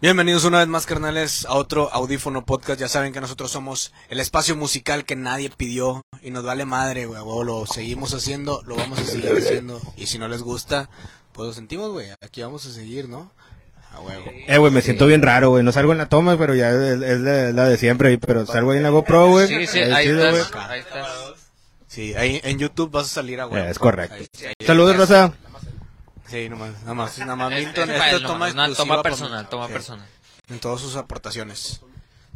Bienvenidos una vez más, carnales, a otro Audífono Podcast. Ya saben que nosotros somos el espacio musical que nadie pidió y nos vale madre, güey. O lo seguimos haciendo, lo vamos a seguir haciendo. Y si no les gusta, pues lo sentimos, güey. Aquí vamos a seguir, ¿no? A huevo. Eh, güey, me siento bien raro, güey. No salgo en la toma, pero ya es, es la, la de siempre, güey, pero salgo ahí en la GoPro, güey. Sí, sí, Es ahí chido, estás. güey. Ahí estás. Sí, ahí en YouTube vas a salir a huevo. Eh, es correcto. Ahí, sí, ahí. Saludos, Rosa. Sí, nomás, nada más, nada más. Es- es Milton, para esto él toma nomás, no, exclusiva toma para- personal, toma Sí. personal. en todas sus aportaciones.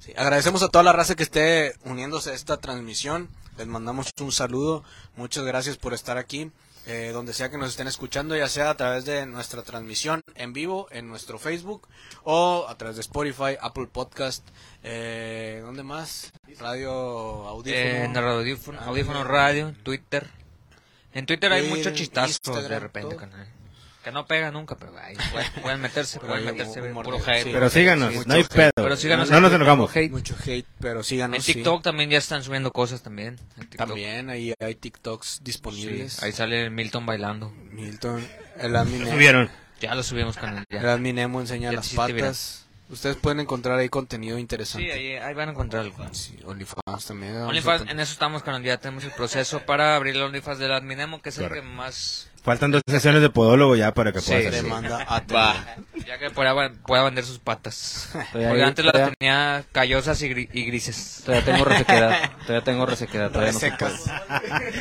Sí, agradecemos a toda la raza que esté uniéndose a esta transmisión. Les mandamos un saludo. Muchas gracias por estar aquí. eh, donde sea que nos estén escuchando, ya sea a través de nuestra transmisión en vivo, en nuestro Facebook, o a través de Spotify, Apple Podcast, eh, ¿dónde más? Radio Audífono. Eh, en el audífono, audífono radio, Twitter. En Twitter hay Twitter, muchos chistazos de Instagram, repente, todo. canal. Que no pega nunca, pero ahí pueden, pueden meterse, Pero pueden hay meterse humor puro de- hate. sí. Pero síganos, Sí, no hay sí. pedo. Pero síganos no en nos Twitter, enojamos. hate. Mucho hate, pero síganos. En sí. TikTok también ya están subiendo cosas también. en TikTok. También ahí hay TikToks Sí, disponibles. ahí sale el Milton bailando. Milton, el admin. Subieron. Ya lo subimos con el El admin Nemo enseña Ya te las hiciste patas. viral. Ustedes pueden encontrar ahí contenido interesante. Sí, ahí, ahí van a encontrar algo. Sí, OnlyFans también. vamos a OnlyFans, poner- en eso estamos con el día. Tenemos el proceso para abrir el OnlyFans del Adminemo, que es el Correcto. que más Faltan dos sesiones de podólogo ya para que puedas Sí. hacer. Demanda a Va. Ya que pueda, pueda vender sus patas. Estoy ahí, Porque antes las todavía- tenía callosas y, gri- y grises. Todavía tengo resequedad, todavía tengo resequedad, todavía no se Resecas.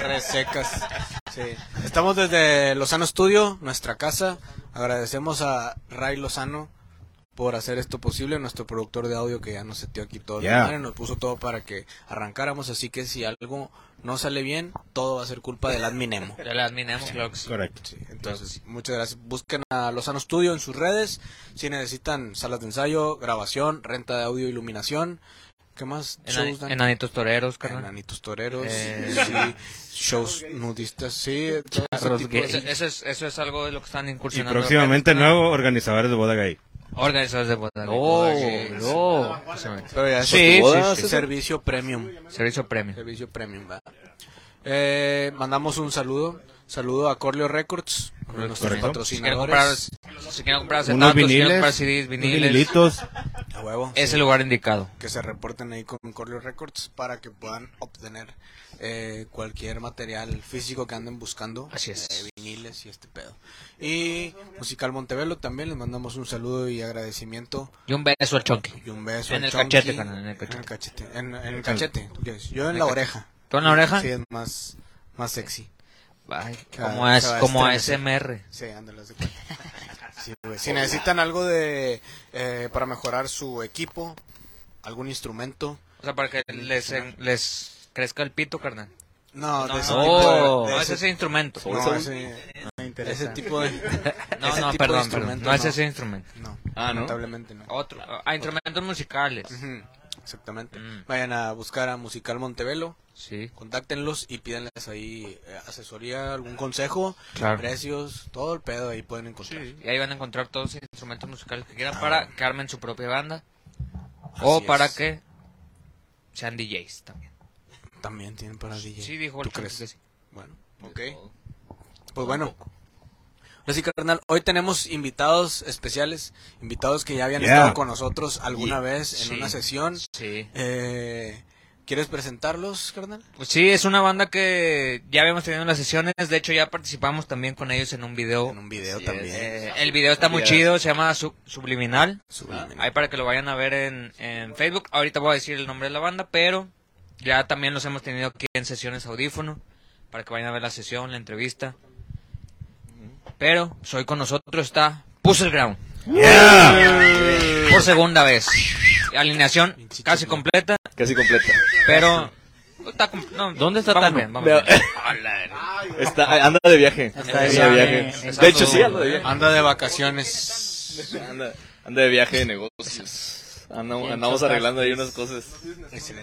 Resecas. Sí. Estamos desde Lozano Studio, nuestra casa. Agradecemos a Ray Lozano por hacer esto posible, nuestro productor de audio que ya nos setió aquí todo el Yeah. lugar y nos puso todo para que arrancáramos. Así que si algo no sale bien, todo va a ser culpa del admin Nemo. Ya las minemos, claro que sí. Correcto. Sí, entonces, muchas gracias. Busquen a Lozano Studio en sus redes. Si necesitan salas de ensayo, grabación, renta de audio, iluminación. ¿Qué más? Enani- dan? Enanitos toreros, carnal. Enanitos toreros. Eh, sí, shows nudistas. Sí, todo ese Charros tipo de- Eso, eso es, eso es algo de lo que están Y incursionando. próximamente nuevo, organizadores de boda gay. Organizadores de bodas. Oh, no. Próximamente. Pero ya es Sí, otro- sí, otro sí, sí. servicio premium. Servicio premio. Servicio premium, va. Eh, mandamos un saludo. Saludo a Corleo Records, uno de nuestros Correcto. Si quieren comprar, patrocinadores. si quieren comprar Unos acetatos, si quieren comprar viniles, CDs, unos viniles, vinilitos. A huevo. es el lugar indicado. que se reporten ahí con Corleo Records para que puedan obtener eh, cualquier material físico que anden buscando. Así es. Eh, viniles y este pedo. Y Musical Montevelo también les mandamos un saludo y agradecimiento Y un beso al chonky. y un beso. En al el Chonky. cachete, carnal, en el En cachete. el cachete. En, en el cachete, ¿tú quieres? Yo en la oreja. ¿Tú en la oreja? Sí, es más, más sexy. Ay, Cada- como, es, cada como estreno, sí. ASMR. Sí, ándale, haz de cuenta. Sí, güey. Si necesitan algo de eh, para mejorar su equipo, algún instrumento, O sea, para que les, les crezca el pito, carnal. no, de ese no, tipo de- no, de no es ese ese instrumento. No, No, ese, ese tipo de. no, ese tipo de perdón, instrumento, perdón. No, es ese instrumento. No, Oh. Ah, ¿no? lamentablemente no. Otro. Ah, instrumentos musicales. Ujú, Exactamente. Mm. Vayan a buscar a Musical Montevelo, Sí. contáctenlos y pídanles ahí eh, asesoría, algún consejo, Claro. precios, todo el pedo ahí pueden encontrar. Eh, Y ahí van a encontrar todos los instrumentos musicales que quieran para que armen su propia banda. o Ah. Así para es. que sean DJs también. También tienen para DJ. Sí, dijo el ¿Tú Chucky crees? que sí. Bueno, ok. Pues bueno. Ahora sí, carnal, hoy tenemos invitados especiales, invitados que ya habían Yeah. estado con nosotros alguna vez en Sí. una sesión. Sí. Eh, ¿Quieres presentarlos, carnal? Pues sí, es una banda que ya habíamos tenido en las sesiones. De hecho, ya participamos también con ellos en un video. Oh, En un video Así también. Eh, el video está muy chido, se llama Sub- Subliminal. Ah, Subliminal. Ahí para que lo vayan a ver en, en Facebook. Ahorita voy a decir el nombre de la banda, pero ya también los hemos tenido aquí en sesiones audífono. Para que vayan a ver la sesión, la entrevista. Pero soy con nosotros está Puzzle Ground. Por segunda vez. Alineación casi completa, Casi completa. pero. está com- no, ¿Dónde está vamos Tania? bien, vamos Veo- bien. Está, anda de viaje. Está de Anda de viaje. viaje. Está De hecho, todo- sí, anda de viaje. Anda de vacaciones. Anda, anda de viaje de negocios. Anda- andamos arreglando ahí unas cosas.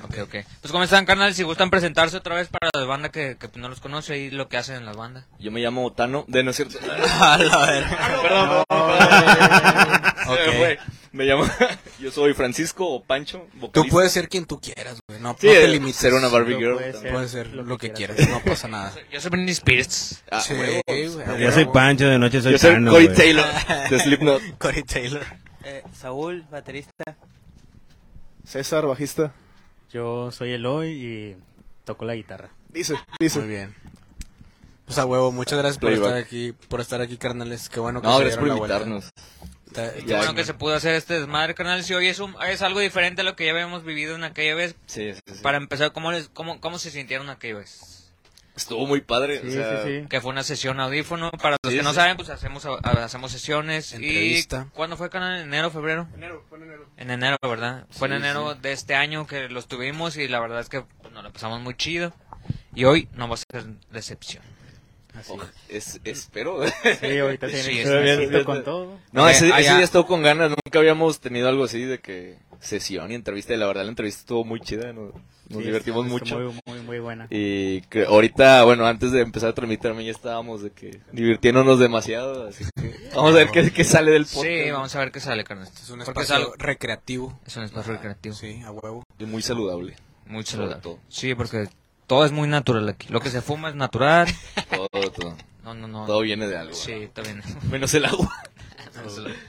Ok, ok. Pues ¿cómo están, carnal? Si gustan presentarse otra vez para la banda que, que no los conoce y lo que hacen en la banda. Yo me llamo Otano. De no es cierto. A la verga. Perdón, Ok. Se me fue. Me llamo. Yo soy Francisco o Pancho. Tú vocalista. puedes ser quien tú quieras, güey. No, Sí, eh, no te limites. ser una Barbie No Girl. puede también. Puedes ser lo, que, quieras, no pasa nada. Yo soy Britney Spears. Ah, Sí, huevo. güey, a Yo soy huevo. Pancho, de noche soy Yo soy Tano, Corey güey. Taylor de Slipknot. Corey Taylor. Eh, Saúl, baterista. César, bajista. Yo soy Eloy y toco la guitarra. Dice, dice. Muy bien. Pues a huevo, muchas gracias por Playback. estar aquí, por estar aquí, carnales. Qué bueno que No, se gracias por dieron la vuelta. invitarnos. Está- Ya, Qué bueno que man. se pudo hacer este desmadre, canal. Si hoy es, un- es algo diferente a lo que ya habíamos vivido en aquella vez. Sí, sí, sí. Para empezar, ¿cómo, les, cómo, ¿cómo se sintieron aquella vez? Estuvo muy padre. Sí, o sea, sí, sí. Que fue una sesión audífono. Para los Sí, que no sí. saben, pues hacemos, a- a- hacemos sesiones. Entrevista. ¿Y cuándo fue, canal? ¿En enero, febrero? Enero, fue en enero. En enero, ¿verdad? Fue en Sí, enero de este año que los tuvimos y la verdad es que pues, nos la pasamos muy chido. Y hoy no va a ser la excepción. oh, es, espero. Sí, ahorita tiene Sí, que está estar bien, bien, con bien. todo. No, Ok, ese, ese allá. día estuvo con ganas. Nunca habíamos tenido algo así de que sesión y entrevista. Y la verdad, la entrevista estuvo muy chida. Nos, nos Sí, divertimos está mucho. Muy, muy, muy buena. Y que ahorita, bueno, antes de empezar a transmitirme ya estábamos de que divirtiéndonos demasiado. Así que vamos a ver qué, qué sale del podcast. Sí, vamos a ver qué sale, carnal. Este Es un Porque espacio es algo- recreativo. es un espacio recreativo. Sí, a huevo. Y muy saludable. Muy Sobre saludable. todo. Sí, porque todo es muy natural aquí. Lo que se fuma es natural. Todo, todo, No, no, no. todo viene de algo. Sí, está bien. Menos el agua.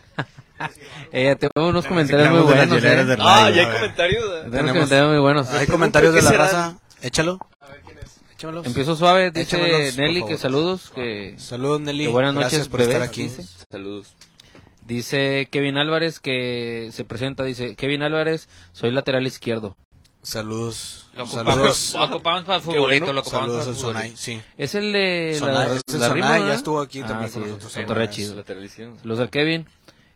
Eh, tengo unos comentarios muy Hablamos de las buenos. hieleras Eh. de Ah, radio. ya hay comentarios. Tengo unos Tenemos- Ah, comentarios muy buenos. Eh, Hay comentarios de ¿Qué la será? raza. Échalo. A ver quién es. Échamelos. Empiezo suave, pues, Échamelos, dice por Nelly favor. que saludos, que, Saludos, Nelly. que buenas noches, Gracias por bebés, estar aquí. dice. Saludos. Dice Kevin Álvarez que se presenta, dice Kevin Álvarez, soy lateral izquierdo. Saludos. Lo ocupamos, Saludos. lo ocupamos para el futbolito, lo ocupamos Saludos para al el futbolito. Sonai, sí. Es el de la, Sonai, este la Sonai rima, ¿verdad? ya estuvo aquí Ah, también sí, con nosotros. está alguna re vez. chido. Lateralización. Saludos al Kevin.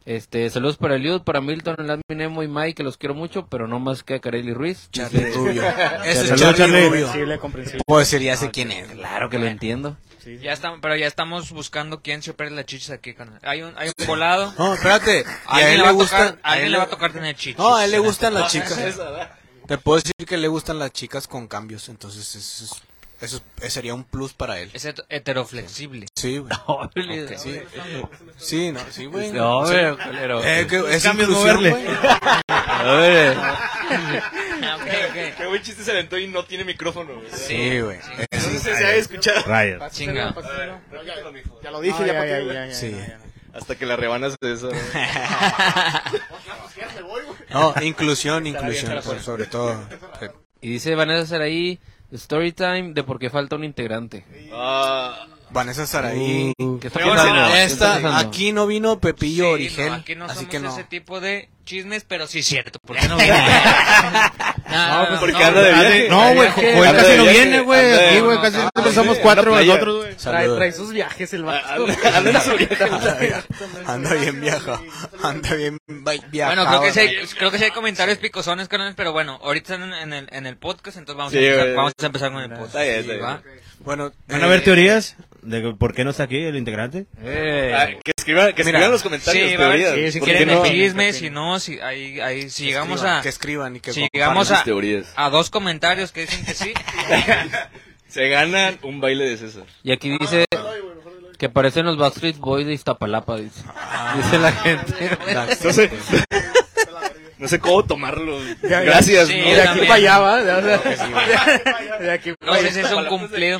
Este, saludos para Eliud, para Milton, el Adminemo y Mike, que los quiero mucho, pero no más que a Kareli Ruiz. Charlie Rubio. Ese Saludos, es Charlie Charlie. Rubio. Comprensible, comprensible. Puedo decir, ya sé quién es. Claro que lo entiendo. Sí, sí. Ya estamos, pero ya estamos buscando quién se opere las chichis aquí, carnal. Hay un, hay un volado. No, espérate. A Y a alguien él le le va a gusta. tocar- a alguien le va a tocar tener chichis. No, a él le gustan las chicas. Te puedo decir que le gustan las chicas con cambios, entonces eso, es- eso es- sería un plus para él. Es het- heteroflexible. Sí, güey. Ok. Sí, sí, no, sí, güey. No, Sí. pero, culero. Eh, que es Cambios no inclusión, verle. güey. Hombre. Ah, ok, Qué buen chiste se aventó y no tiene micrófono. güey. Sí, güey. Es- No sé si se ha escuchado. Rayos. ok. Chinga. Ya lo No, ya, ya, ya, ya, Sí. ya, ya. Hasta que la rebanas de eso. No, inclusión, inclusión, por- sobre todo. Sí. Y dice Vanessa Saraí, story time de por qué falta un integrante. Ah, Vanessa Saraí. ¿Qué está Pero pasando? bueno, ¿Qué está Esta, pasando? aquí no vino Pepillo Sí, no, Origel, aquí no así somos que no. ese tipo de chismes, pero sí cierto. ¿Por qué no viene? no, pues, no, porque no, anda de viaje. No, güey, Joel Anda casi de no viaje, viene, güey. anda de- Aquí, güey, no, casi no, siempre sí, somos anda cuatro playa. Ah, nosotros, güey. Trae, Saludos. trae sus viajes el vato. Anda en su Anda bien- Anda bien viajado. Anda bien va- viajado. Bueno, creo que, sí hay, pues, creo que sí hay comentarios picosones, carnal, pero bueno, ahorita en, en el, en el podcast, entonces vamos, Sí, a, empezar, güey. vamos a empezar con el podcast. Está bien, está bien. ¿va? Bueno, eh, ¿Van a ver teorías de que por qué no está aquí el integrante? Eh, Ah, que escriban, que Mira, escriban los comentarios, Sí, va a haber- teorías. sí, si ¿Por quieren qué el no? chisme, si no, si, ahí, ahí, si llegamos a, Que escriban y que si compartan. llegamos a, Sus teorías. a dos comentarios que dicen que sí, Se ganan un baile de César. y aquí dice que parecen los Backstreet Boys de Iztapalapa, dice. Dice la gente. No sé, no sé cómo tomarlo. ya. Gracias. Sí, ¿no? De aquí también. para allá, ¿va? De, de- de aquí no para sé allá. si es un cumplido.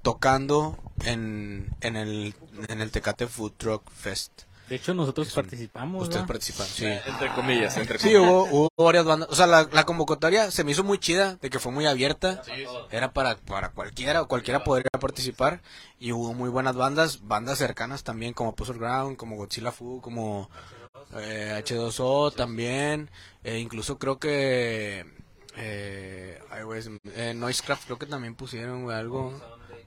tocando en, en, el, en el Tecate Food Truck Fest. De hecho, nosotros participamos. Ustedes ¿verdad? participan, sí. Entre comillas, entre Sí, hubo, hubo varias bandas. O sea, la, la convocatoria se me hizo muy chida, de que fue muy abierta. Era para, para cualquiera, o cualquiera podría participar. Y hubo muy buenas bandas, bandas cercanas también, como Puzzle Ground, como Godzilla Fu, como eh, H2O también. Eh, incluso creo que. Eh, ay, güey, se me- eh, Noisecraft creo que también pusieron güey, algo.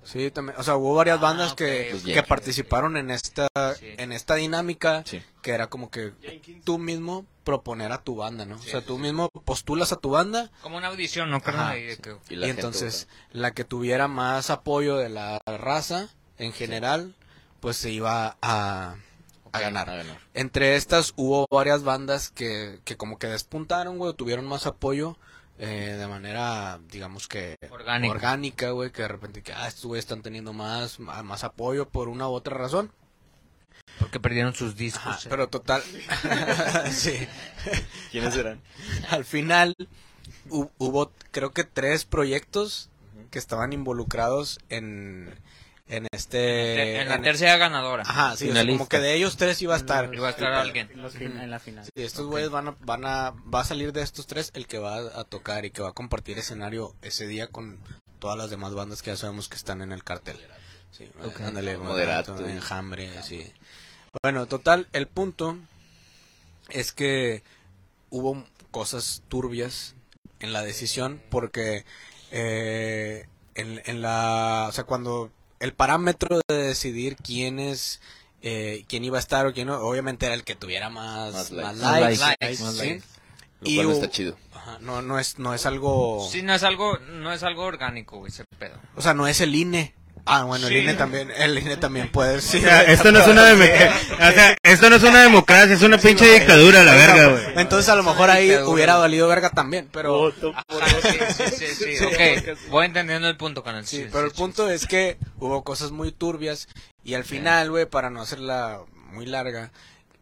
Sí, también. O sea, hubo varias bandas que, Ah, ok, que ok, ok. participaron en esta, Sí. en esta dinámica Sí. que era como que tú mismo proponer a tu banda, ¿no? o sea, tú mismo postulas a tu banda Como una audición, ¿no? Carnal? Ajá, Ahí de que- Y, y, la gente entonces la que tuviera más apoyo de la raza en general, pues se iba a, a vota. ganar. A ganar. Entre estas hubo varias bandas que, que como que despuntaron, güey, o tuvieron más apoyo eh, de manera, digamos que Orgánica. orgánica, güey, que de repente que, ah, estos güeyes están teniendo más, más más apoyo por una u otra razón. porque perdieron sus discos. Ajá, eh. pero total, sí. ¿Quiénes eran? al final hu- hubo creo que tres proyectos que estaban involucrados en, en este en la tercera ganadora. ajá sí, o sea, como Finalista. que de ellos tres iba a estar Iba a estar alguien. En los fin- en la final. Sí, estos güeyes van a, van a va a salir de estos tres el que va a tocar y que va a compartir escenario ese día con todas las demás bandas que ya sabemos que están en el cartel sí, Ok. ándale, Moderato. Moderato, enjambre sí bueno total el punto es que hubo cosas turbias en la decisión porque eh, en, en la, o sea, cuando el parámetro de decidir quién es, eh, quién iba a estar o quién no, obviamente era el que tuviera más, Más más likes. likes, Más likes, likes, más ¿sí? likes. Lo Y cual no u- está chido. Ajá, no, no es, no es algo, Sí, no es algo, no es algo orgánico, güey, ese pedo. o sea, no es el INE. Ah, bueno, el INE también, el INE también puede O ser. sea, esto Este no es una deme- o sea, esto no es una democracia, es una pinche dictadura, la verga, güey. Entonces a lo mejor ahí hubiera valido verga también, pero... Ajá, sí, sí, sí, sí, ok. Voy entendiendo el punto, canal. Sí, pero el punto es que hubo cosas muy turbias y al final, güey, para no hacerla muy larga,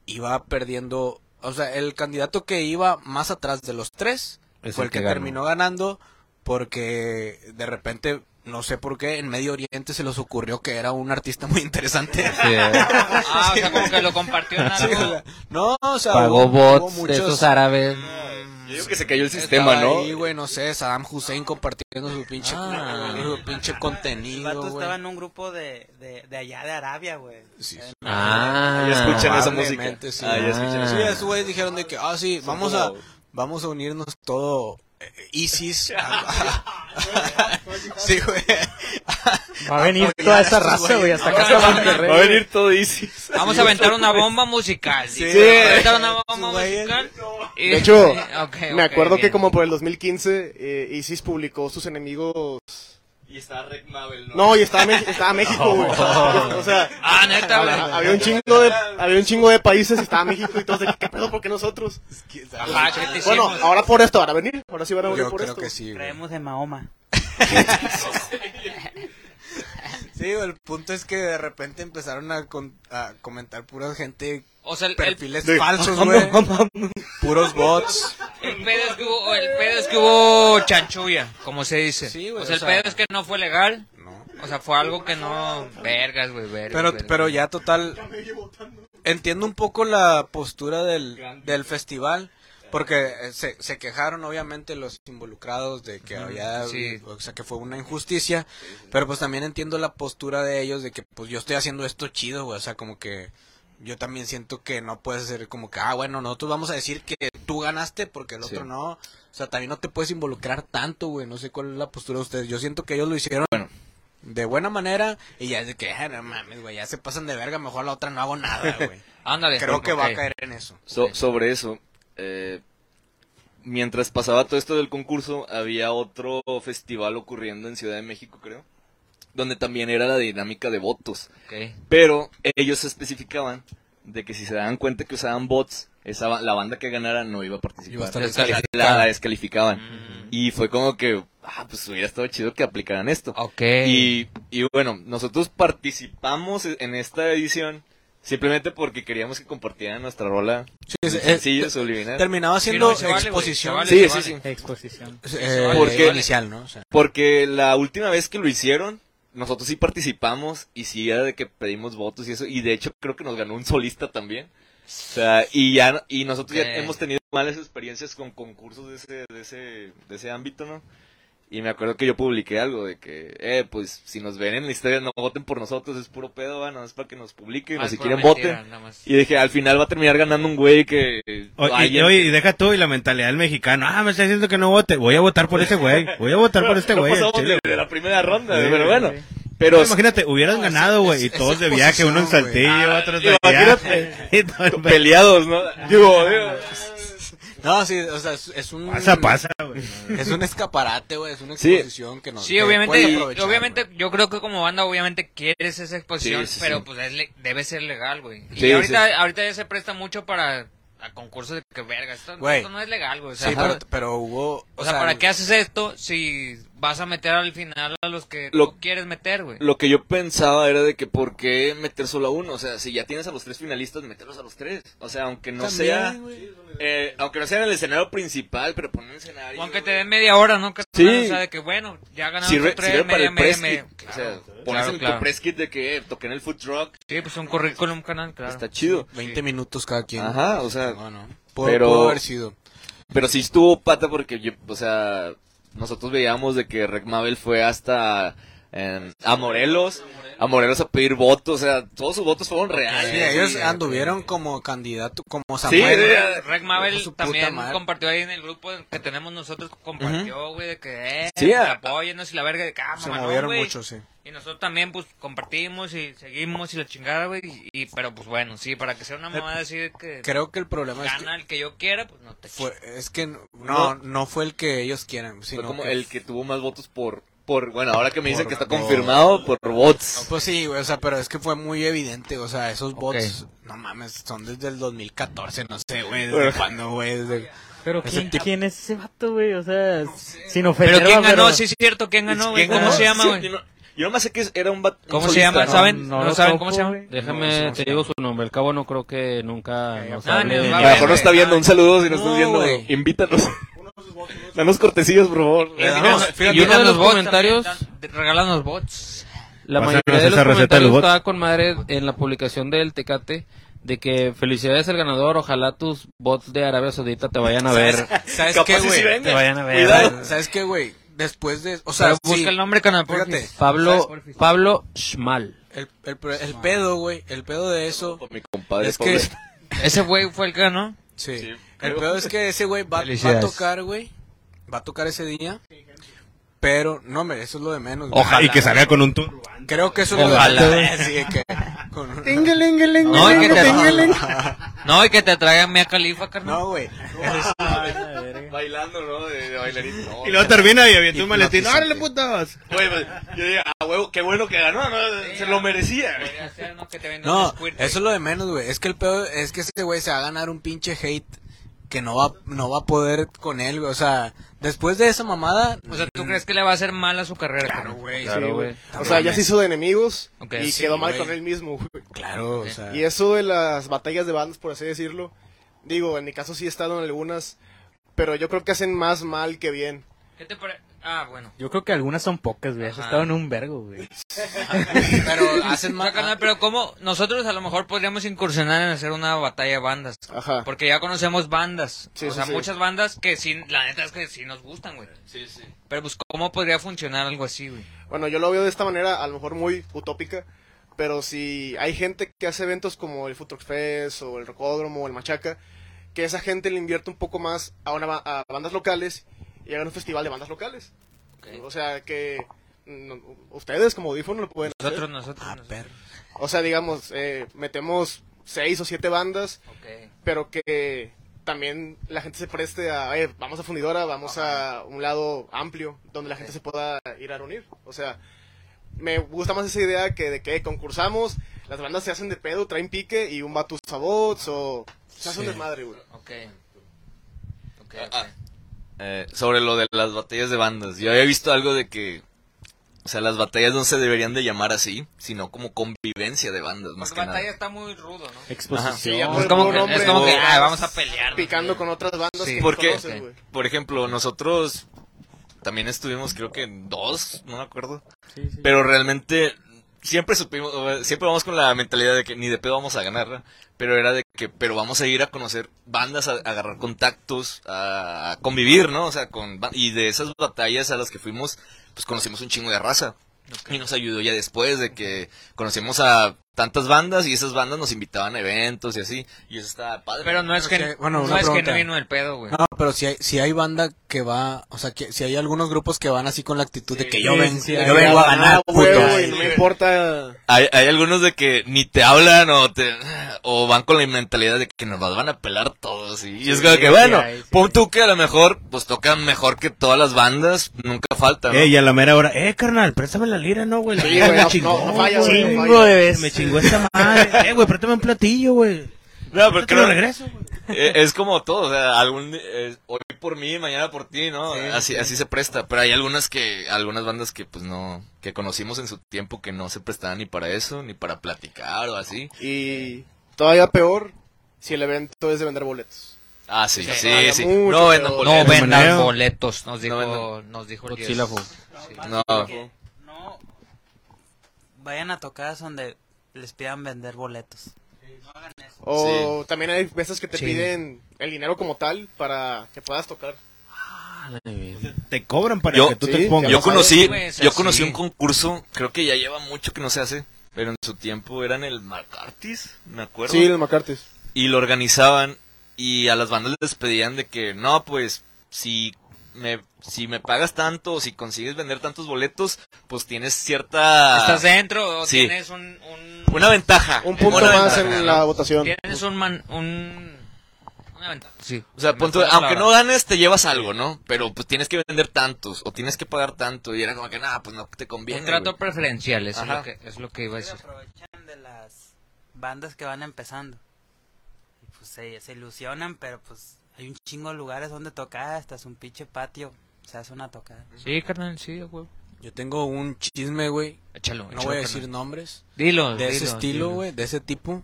iba perdiendo, o sea, el candidato que iba más atrás de los tres Es fue el el que, que ganó. terminó ganando porque de repente, no sé por qué, en Medio Oriente se les ocurrió que era un artista muy interesante. Ah, o sea, como que lo compartió en Sí, o algo. sea, no, o sea, hubo- Pagó hubo bots de muchos- esos árabes. Yo digo que se cayó el sistema, Estaba ¿no? ahí, güey, no sé, Saddam Hussein compartiendo su pinche, Ah. su pinche El vato contenido, güey. estaba en un grupo de, de, de allá de Arabia, güey. Sí, sí. Ah, Ya escuchan esa música. Probablemente, sí. Ah, ya escuchan Ah. esa Sí, música. esos güeyes dijeron de que, ah, sí, vamos a, vamos a unirnos todo eh, ISIS. sí, güey. Va a venir Apoyar toda a esa estos raza, güey, güeyes. hasta acá hasta Monterrey. Va a venir todo easy. Vamos a aventar una bomba musical. Sí. Vamos a aventar una Esos bomba güeyes. musical. y- De hecho, sí, ok, ok, me acuerdo bien. que como por el 2015, eh, ISIS publicó sus enemigos. Y está Red Mabel, No, y estaba, Mex- estaba México, güey. O sea, Ah, neta, güey. había, había un chingo de, había un chingo de países y estaba México y todos de que, ¿qué pedo? ¿Por qué nosotros? Ajá, ¿qué te Bueno, hicimos? ahora por esto, ahora venir. Ahora sí van a venir pues. Yo por creo esto. que sí, güey. Creemos en Mahoma. Sí, güey, el punto es que de repente empezaron a, con- a comentar pura gente, O sea, el, el- perfiles falsos, güey. Puros bots. El pedo es que hubo, el pedo es que hubo chanchulla, como se dice. Sí, güey, o sea, el o sea- pedo es que no fue legal. No. O sea, fue algo que no. Vergas, güey, vergas. Pero, vergas. pero ya total, entiendo un poco la postura del, del festival, porque eh, se, se quejaron obviamente los involucrados de que había, sí. o sea, que fue una injusticia, pero pues también entiendo la postura de ellos de que pues yo estoy haciendo esto chido, güey, o sea, como que yo también siento que no puedes ser como que, ah, bueno, nosotros vamos a decir que tú ganaste porque el Sí. otro no, o sea, también no te puedes involucrar tanto, güey, no sé cuál es la postura de ustedes, yo siento que ellos lo hicieron de buena manera y ya es de que, ah, no mames, güey, ya se pasan de verga, mejor la otra no hago nada, güey. Ándale. Creo que ok. va a caer en eso. So- sobre eso, eh, mientras pasaba todo esto del concurso, había otro festival ocurriendo en Ciudad de México, creo, donde también era la dinámica de votos. Ok. Pero ellos especificaban de que si se daban cuenta que usaban bots, esa, ba- la banda que ganara no iba a participar. Iba a estar la, la- la descalificaban. Y fue como que, ah, pues hubiera estado chido que aplicaran esto. Ok. Y, y bueno, nosotros participamos en esta edición simplemente porque queríamos que compartieran nuestra rola. es- Sí, es- sencillo, subliminal. Terminaba Sí, siendo no, se vale, güey, exposición. se vale, Sí, se sí, sí. vale. Exposición. eh, vale, Porque- inicial, ¿no? O sea, Porque la última vez que lo hicieron, nosotros sí participamos y sí era de que pedimos votos y eso. Y de hecho creo que nos ganó un solista también. O sea, y ya y nosotros Ok. ya hemos tenido malas experiencias con concursos de ese, de ese, de ese ámbito, ¿no? Y me acuerdo que yo publiqué algo de que, eh, pues si nos ven en la historia no voten por nosotros, es puro pedo, van, es para que nos publiquen, Ah, o Pues, si es pura quieren mentira, voten. nada más. Y dije, al final va a terminar ganando un güey que... eh, O- y- y, alguien- oye, y deja tú y la mentalidad del mexicano. Ah, me está diciendo que no vote. Voy a votar por ese güey. Voy a votar por este No güey. al pasamos chile, de, güey. de la primera ronda, Sí, pero bueno. sí. Pero Imagínate, hubieras ganado, güey. Y es- todos es de viaje, uno en exposición, Saltillo, otro en imagínate. Y todo el- peleados, ¿no? Digo, digo. no, sí, o sea, es, es un... Pasa, pasa, güey. Es un escaparate, güey, es una Sí. exposición que nos... Sí, que puedes obviamente, aprovechar, obviamente güey. yo creo que como banda obviamente quieres esa exposición, Sí, sí, pero sí. pues es le- debe ser legal, güey. Y Sí, ahorita, ahorita ya se presta mucho para a concursos de que verga, esto, Güey. esto no es legal, güey. O sea, Sí, pero, pero hubo... o sea, ¿para qué haces esto si vas a meter al final a los que Lo- tú quieres meter, güey? Lo que yo pensaba era de que por qué meter solo a uno, o sea, si ya tienes a los tres finalistas, meterlos a los tres. O sea, aunque no También, sea güey. eh, aunque no sea en el escenario principal, pero pon un escenario. O aunque te güey. den media hora, ¿no? Que- Sí. O sea, de que bueno, ya ganaron sirve, tres, sirve para media, el media, press media. kit. O Claro, sea, pones claro, en claro. tu press kit de que eh, toqué en el food truck, Sí, pues un currículum canal, claro. está chido. 20 minutos cada quien. Ajá, o sea, No, no. Pudo, pero- pudo haber sido. Pero sí estuvo pata porque, yo- o sea, nosotros veíamos de que Rec Mabel fue hasta em, a Morelos, a Morelos a pedir votos, o sea, todos sus votos fueron reales. Sí, ellos anduvieron como candidato, como Sí, Samuel. sí, ¿no? sí. Reg Su Mabel puta también madre. compartió ahí en el grupo que tenemos nosotros, compartió, güey, de que, eh, Sí, a- apóyennos y la verga de ah, cama, Se movieron mucho, sí. Y nosotros también, pues, compartimos y seguimos y la chingada, güey, y, y- pero, pues, bueno, sí, para que sea una mamada así de que Creo que el problema es que, gana el que yo quiera, pues, no te fue, es que no, no, fue el que ellos quieran, Fue sino como que- el que tuvo más votos por, por bueno, ahora que me dicen Por que está votos. confirmado, por No, bots. pues sí, güey, o sea, pero es que fue muy evidente, o sea, esos bots, Ok. no mames, son desde el 2014, no sé, güey, desde cuándo, güey, desde... Pero Ese ¿quién, tipo- quién es ese vato, güey? O sea, sin ofender. Pero ¿quién va, ganó? pero- Sí, es cierto, ¿quién ganó, güey? ¿Quién ¿Cómo ganó? se llama, Sí, güey? Yo, no, yo nomás sé que era un vato. ¿Cómo se llama? No, ¿Saben? no ¿No, lo saben topo, cómo se llama? güey. Déjame, te digo su nombre. El cabo no creo que nunca nos Ah, hable ni de- nos va A lo mejor no está Obviamente, viendo, un saludo si nos estás No, viendo. güey. Invítanos. Danos cortesías, por favor. Le damos- Y fíjate, uno de los bots comentarios... también, Regálanos bots. La Pásanos mayoría de esa los receta de comentarios los bots. estaba con madre en la publicación del Tecate de que felicidades al ganador, ojalá tus bots de Arabia Saudita te vayan a ver. ¿Sabes Capaz qué, y sí güey? venga. Te vayan a ver. Cuidado. Eh, ¿Sabes qué, güey? Después de, o sea, Pero busca sí, el nombre, canal, porfis. Fíjate. Pablo Pablo Schmal. el, el, el pedo, güey, el pedo de eso Mi compadre, es que... pobre. Ese güey fue el que ganó. Sí. Sí, el creo. peor es que ese güey va, va a Felicidades. tocar, güey. Va a tocar ese día. Pero, no, hombre, eso es lo de menos. güey. Ojalá. Y que salga con un turbo. Creo que eso es lo de Ojalá. menos. Sí, de que, con- No, y que te, no, y que te traigan Mia Califa, carnal. No, güey. Bailando, ¿no? De, de bailarín. No. Y luego termina y avienta un maletín. ¡Árale, putas! Güey, pues, yo dije, ah, huevo, qué bueno que ganó, ¿no? Se lo merecía. güey. Podría ser, ¿no? Que te vendan No, un squirt, eso es lo de menos, güey. Es que el pedo es que ese güey se va a ganar un pinche hate que no va, no va a poder con él, güey. O sea, después de esa mamada. güey. O sea, ¿tú crees que le va a hacer mal a su carrera? carnal? güey. Claro, güey. O sea, ya se hizo de enemigos Ok, y sí, quedó mal güey. Ah. con él mismo, güey. Claro, o sea. Y eso de las batallas de bandas, por así decirlo, digo, en mi caso sí he estado en algunas, pero yo creo que hacen más mal que bien. ¿Qué te pare- Ah, bueno. Yo creo que algunas son pocas, güey. Has Ajá. estado en un vergo, güey. Pero hacen Ah, más. carnal, pero ¿cómo? Nosotros a lo mejor podríamos incursionar en hacer una batalla de bandas. Ajá. Porque ya conocemos bandas. Sí, o sí, sea, sí. muchas bandas que sí, la neta es que sí nos gustan, güey. Sí, sí. Pero pues, ¿cómo podría funcionar algo así, güey? Bueno, yo lo veo de esta manera, a lo mejor muy utópica, pero si hay gente que hace eventos como el Futuro Fest o el Rocódromo o el Machaca, que esa gente le invierte un poco más a, una, ba- a bandas locales y hagan un festival de bandas locales. O sea, que no, ustedes como audífono lo pueden hacer. Nosotros, nosotros. Ah, nosotros. Perro. O sea, digamos, eh, metemos seis o siete bandas, Ok. pero que también la gente se preste a, eh, vamos a fundidora, vamos a un lado amplio, donde la gente se pueda ir a reunir. O sea, me gusta más esa idea que de que concursamos, las bandas se hacen de pedo, traen pique y un vato usa bots o... Se hace un Sí. desmadre, güey. Ok. Ok, ok. Pues, Ah, Eh, sobre lo de las batallas de bandas. Yo había visto algo de que, o sea, las batallas no se deberían de llamar así, sino como convivencia de bandas, más Porque que batalla nada. está muy rudo, ¿no? Sí, ya Exposición. por Es como puro que, es nombre, como que, o ah, vamos a pelear. Picando con otras bandas Sí. que Porque- conoces, güey. Por ejemplo, nosotros también estuvimos, creo que en dos, no me acuerdo. Pero realmente siempre supimos, o, eh, siempre vamos con la mentalidad de que ni de pedo vamos a ganar, ¿no? pero era de que, pero vamos a ir a conocer bandas, a, a agarrar contactos, a, a convivir, ¿no? O sea, con, ba- y de esas batallas a las que fuimos, pues conocimos un chingo de raza. Y nos ayudó ya después de que conocimos a tantas bandas y esas bandas nos invitaban a eventos y así. Y eso estaba padre. Pero no es Pero que, sí, bueno, no, una es que pregunta. no vino el pedo, güey. No, pero si hay, si hay banda que va, o sea, que si hay algunos grupos que van así con la actitud de que yo, Sí, ven- sí, yo sí. vengo a ganar, Ah, güey, puto. güey, no me importa... Hay, hay algunos de que ni te hablan o te o van con la mentalidad de que nos las van a pelar todos y, y es como que sí bueno, hay, sí pon hay. tú que a lo mejor pues tocan mejor que todas las bandas, nunca falta, ¿no? Eh, y a la mera hora, eh, carnal, préstame la lira, ¿no, güey? La Sí, lira güey, me no, chingó, no, no falla, güey, güey. no falla. Chingo de veces. Me chingó esta madre. Eh, güey, préstame un platillo, güey. No, pero Yo te lo creo- regreso, güey. eh, es como todo, o sea, algún eh, hoy por mí, mañana por ti, ¿no? así así se presta, pero hay algunas que algunas bandas que pues no que conocimos en su tiempo que no se prestaban ni para eso, ni para platicar o así. Y todavía peor si el evento es de vender boletos. Ah, sí, sí, Sí, sí. vale mucho, No vendan pero- No boletos. vendan manera. boletos, nos dijo, vendan. nos dijo el Godzilla Jess. fue. No. Que no vayan a tocadas donde les pidan vender boletos. O también hay veces que te Sí. piden el dinero como tal para que puedas tocar. Te cobran para Yo- que tú sí, te pongas. Yo Yo conocí, güey, es yo así. conocí un concurso, creo que ya lleva mucho que no se hace, pero en su tiempo eran el McCarthy's, me acuerdo. Sí, el McCarthy. y lo organizaban y a las bandas les pedían de que no pues si me si me pagas tanto o si consigues vender tantos boletos pues tienes cierta ¿Estás dentro o Sí. tienes un, un- una ventaja Un punto una más ventaja, en ¿no? la votación. Tienes un... man- un una ventaja. Sí. o sea Me pon tú- acuerdo la aunque no palabra. ganes te llevas algo no pero pues tienes que vender tantos o tienes que pagar tanto y era como que nada pues no te conviene Un trato güey". preferencial, eso es Ajá. lo, que, es lo pues. que iba a Se decir. aprovechan de las bandas que van empezando. Y pues se, se ilusionan, pero pues hay un chingo de lugares donde tocar, hasta es un pinche patio. Se hace una tocada. Sí, carnal, sí, güey. Yo tengo un chisme, güey. Échalo, No échalo, voy a carnal. decir nombres. Dilo, De ese dilo, estilo, dilo. güey. De ese tipo.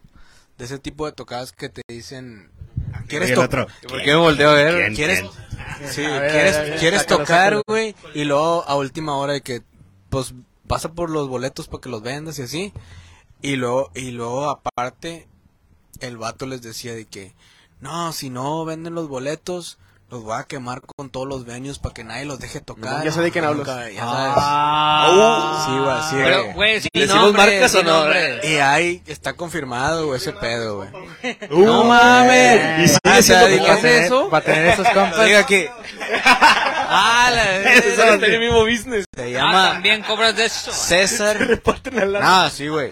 De ese tipo de tocadas que te dicen... Y ¿Quieres el otro, tocar? ¿Por qué me volteo a ver? ¿Quién? ¿Quieres, sí, A ver, ¿quieres, a ver, a ver, quieres sácalo, tocar, sácalo. güey? Y luego a última hora de que... Pues pasa por los boletos para que los vendas y así. Y luego, y luego aparte... El vato les decía de que... No, si no venden los boletos... Los voy a quemar con todos los venues para que nadie los deje tocar. Ya sé de quién hablas. Nunca- ya sabes. Ah, Uh, Sí, güey, sí, Pero, güey. güey, sí, ¿Decimos nombres, marcas o sí, no? nombres. Y ahí está confirmado, güey, ese pedo, güey. Uh, mames! Ah, siendo ¿para compas. tener- Para tener esos compas. Diga que Ah, la Eso solo tenía el mismo business se Ah, llama también cobras de eso. César. Ah, sí, güey.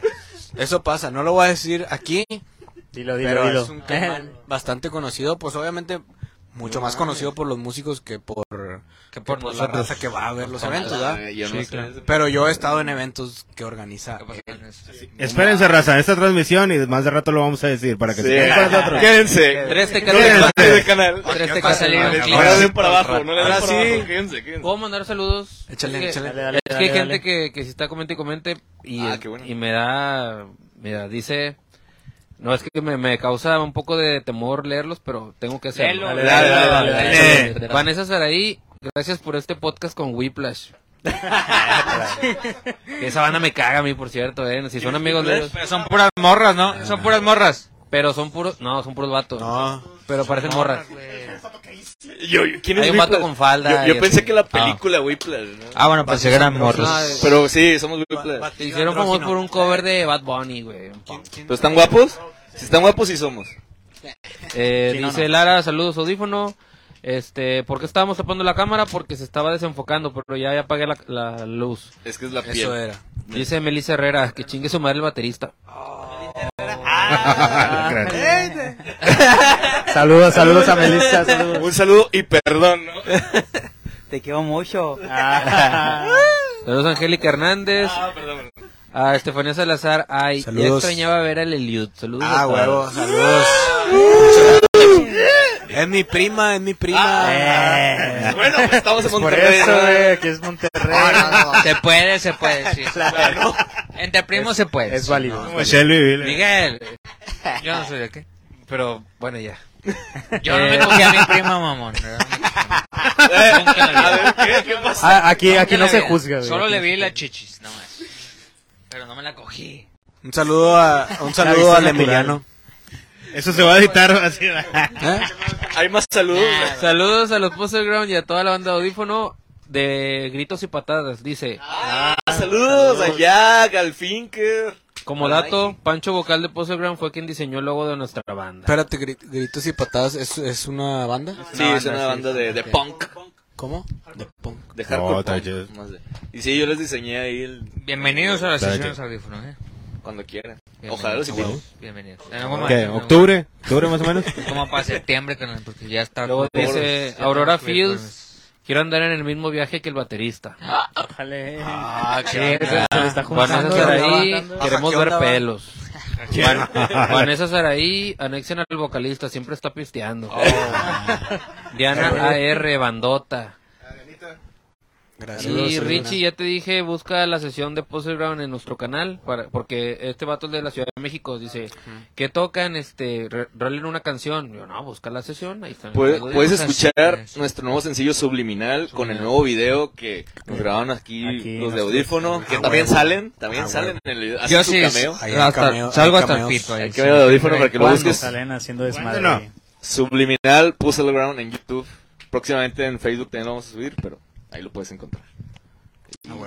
Eso pasa, no lo voy a decir aquí, Dilo, dilo, pero dilo. es un caimán bastante conocido, pues obviamente mucho más conocido por los músicos que por, Que por por la nosotros. raza que va a ver los eventos, ¿verdad? Ah, Yo no sé. Pero yo he estado en eventos que organiza. Ah, pues, Espérense, raza, esta transmisión y más de rato lo vamos a decir para que se queden con nosotros. Quédense. Tres Quédense tecalotes. de canal. Tres Va a salir un tecalotes. clip. No le den para abajo, no le den Ahora para sí. abajo. Quédense, quédense. ¿Puedo mandar saludos? Échale, Es que- échale. Dale, dale, Es que dale, hay gente dale. que, que si está comente y comente y, Ah, qué bueno. y me da, mira, dice, no es que me, me causa un poco de temor leerlos, pero tengo que hacerlo. Léelo. Dale, dale, dale, dale. Eh, Vanessa Saraí, gracias por este podcast con Whiplash. Esa banda me caga a mí, por cierto, eh. Si son amigos de ellos. Pero son puras morras, ¿no? Son puras morras. Pero son puros, no, son puros vatos. No, Pero parecen morras. Yo, yo- ¿quién es Hay un vato Whiplash? con falda Yo, yo y pensé así. que la película Whiplash, ¿no? Ah, bueno, pensé que eran No, morras. eh, Pero sí, somos Whiplash. se hicieron famosos por un cover de Bad Bunny, güey. un punk. ¿Pero están guapos? Si están guapos, sí somos. Eh, Sí, no, dice no. Lara, saludos audífono. Este, ¿por qué estábamos tapando la cámara? Porque se estaba desenfocando, pero ya, ya apagué la, la luz. Es que es la eso piel. era. Dice Melissa Herrera, que chingue su madre el baterista. Saludos, saludos a Melissa. Saludos. Un saludo y perdón, ¿no? Te quiero mucho. Ah. Saludos a Angélica Hernández, Ah, perdón. a Estefanía Salazar, ay, ya Saludos. extrañaba ver al Eliud. Saludos. Ah, a huevo, todos. saludos. es mi prima, es mi prima. Ah. Eh, Bueno, pues estamos en por Monterrey. eso, ¿no? güey, que es Monterrey. Se puede, se puede, sí. Claro. Entre primos se puede. Es válido. Como Shelby, dile. Miguel. Yo no soy de qué. Pero bueno, ya. Yo no me Eh. cogí a mi prima, mamón. No me cogí Eh, a mi prima. Nunca la vi. Ah, aquí, aquí no Nunca la se vi. juzga, güey. Solo le vi las chichis, nada más. Pero no me la cogí. Un saludo a un saludo vista al natural. Emiliano. Eso se va a editar así. ¿Eh? Hay más saludos. Saludos a los Postground y a toda la banda de audífono de Gritos y Patadas. Dice, Ah, saludos a Jack, al Finker. como dato, Pancho Vocal de Postground fue quien diseñó el logo de nuestra banda. Espérate, gri- gritos y patadas, ¿es, es una banda? Sí, es una banda de, de punk. ¿Cómo? De punk. De No, hardcore está punk, chido. más de- Y sí, yo les diseñé ahí el- Bienvenidos a la Claro sesión que- de los audífonos, eh. cuando quieran. Bienvenidos, Ojalá los inviten. Bienvenidos. En algún ¿Qué? momento, ¿Octubre? ¿Octubre más o menos? Como para septiembre, carnal, porque ya está. Luego dice Ya Aurora estamos cubiertos. Fields, quiero andar en el mismo viaje que el baterista. Jale. Vanessa Saraí, Ajá, queremos ¿qué ver onda, va? pelos. Van- Ah, Vanessa Saraí, anexen al vocalista, siempre está pisteando. Oh. Diana AR, bandota. Gracias. Y Richie, ya te dije, busca la sesión de Puzzle Ground en nuestro canal, para, porque este vato es de la Ciudad de México, dice, que tocan, este, re- rolen una canción. Yo, no, busca la sesión, ahí está. Puedes, puedes esas escuchar sesiones. nuestro nuevo sencillo Subliminal con el nuevo video que nos grabaron aquí, Aquí los de nosotros. audífono, que Ah, también bueno. salen, también Ah, salen en el video. Yo Hacen su sí, cameo. Ahí hasta- hay cameo- salgo hay hasta el cameos. pito. ahí, El sí. cameo de audífono para que lo ¿Cuándo busques. Salen haciendo desmadre. ¿Cuándo no? güey. Subliminal Puzzle Ground en YouTube. Próximamente en Facebook también lo vamos a subir, pero ahí lo puedes encontrar.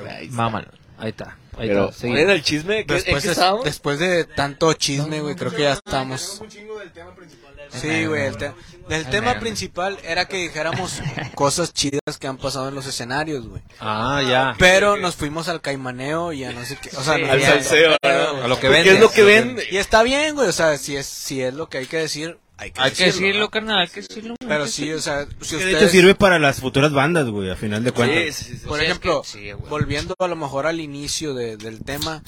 Ahí está. Mámalo. Ahí está. Ahí Pero, está. sí. ¿cuál era el chisme? ¿Qué- ¿En Después, qué de, estábamos? después de tanto chisme, güey, creo que ya estamos. Un chingo del tema principal. Sí, güey. El, te- el tema principal era que dijéramos cosas chidas que han pasado en los escenarios, güey. Ah, ya. Pero nos fuimos al caimaneo y a no sé qué. O sea, nos- Al ya- salseo, A lo que ¿Qué vende. es lo que ven? Y está bien, güey. O sea, si es, si es lo que hay que decir, hay que Hay que decirlo. decirlo, carnal, hay que decirlo. Pero sí, o sea, si Que de hecho ustedes... sirve para las futuras bandas, güey, a final de cuentas. Sí, sí, sí, sí. Por O sea, es ejemplo, que- sí, güey. volviendo a lo mejor al inicio de- del tema,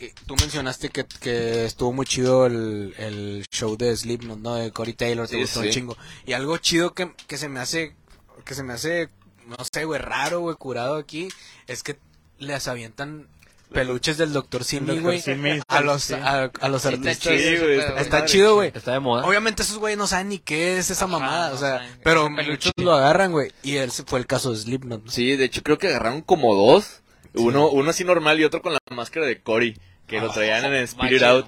eh, tú mencionaste que, que estuvo muy chido el, el show de Slipknot, ¿no? De Cory Taylor, te Sí, gustó sí. un chingo. Y algo chido que, que se me hace, que se me hace, no sé, güey, raro, güey, curado aquí, es que les avientan peluches del Dr. Simi, güey, Simi, a los, sí. a, a los artistas. chido, Sí, güey, güey. está Está padre. chido, güey. Está de moda. Obviamente esos güeyes no saben ni qué es esa Ajá, mamada, o no sea, saben. pero Ese peluche. muchos lo agarran, güey. Y él fue el caso de Slipknot. ¿no? Sí, de hecho creo que agarraron como dos. Uno, uno así normal y otro con la máscara de Cory, que lo traían en Spirit Out.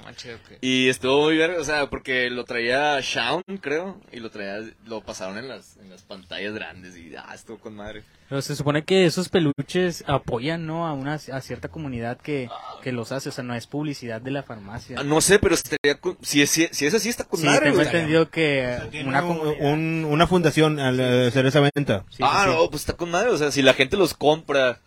Y estuvo muy bien, o sea, porque lo traía Shaun, creo, y lo traía, lo pasaron en las, en las pantallas grandes y ah, estuvo con madre. Pero se supone que esos peluches apoyan, ¿no? A una a cierta comunidad que, que los hace. O sea, no es publicidad de la farmacia. Ah, no sé, pero estaría con- si, es, si es así está con Sí, madre, tengo güey. entendido que Tiene una un- comunidad... un- una fundación al eh, hacer esa venta. Sí, sí, ah, sí. no, pues está con madre, o sea, si la gente los compra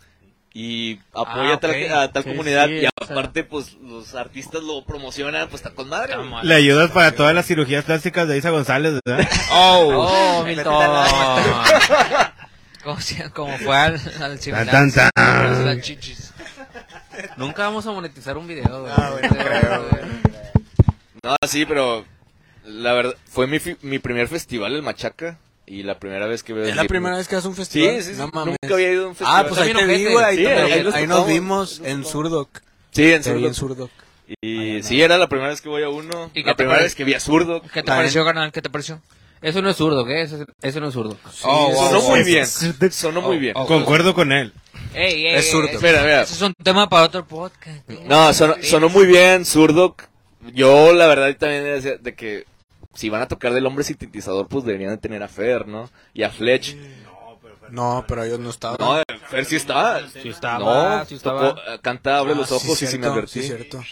y apoya Ah, a tal- ok. a tal Sí, comunidad sí, y o sea. aparte pues los artistas lo promocionan, pues está con madre. güey. Le ayudas para todas las cirugías plásticas de Isa González, ¿verdad? Oh, Milton. como, si- como fue al, al Tan, chimilán, tan, tan. sí, las chichis. Nunca vamos a monetizar un video, güey. Ah, Este, No, sí, pero la verdad, fue mi, fi- mi primer festival, el Machaca, y la primera vez que veo... ¿Es el la Slipknot. primera vez que haces un festival? pues. Sí, sí, sí, No mames. nunca había ido a un festival. Ah, pues ahí Está te bien vi, ojete. güey. Ahí, Sí, te- ahí ahí los nos topamos. vimos en Surdoc. Sí, en Te vi en Zurdo. Surdoc. Y sí, era la primera vez que voy a uno, ¿Y qué la te primera pare- vez que vi a Zurdo. ¿Qué te También. pareció, carnal? ¿Qué te pareció? Eso no es zurdo, ¿qué? Eso, eso no es zurdo. Oh, wow, sonó wow. muy bien, sonó muy oh. bien. Concuerdo con él. Ey, ey, Es ey, zurdo. ey, Espera, mira. Ese es un tema para otro podcast. No, sonó, sonó muy bien, Zurdo. Yo, la verdad, también decía de que si van a tocar del hombre sintetizador, pues deberían de tener a Fer, ¿no? Y a Fletch. No, pero ellos no estaban. No, Fer sí estaba. Sí estaba, No, sí estaba. tocó, eh, canta, abre los Ah, ojos sí, y sin cierto, advertir. sí, cierto.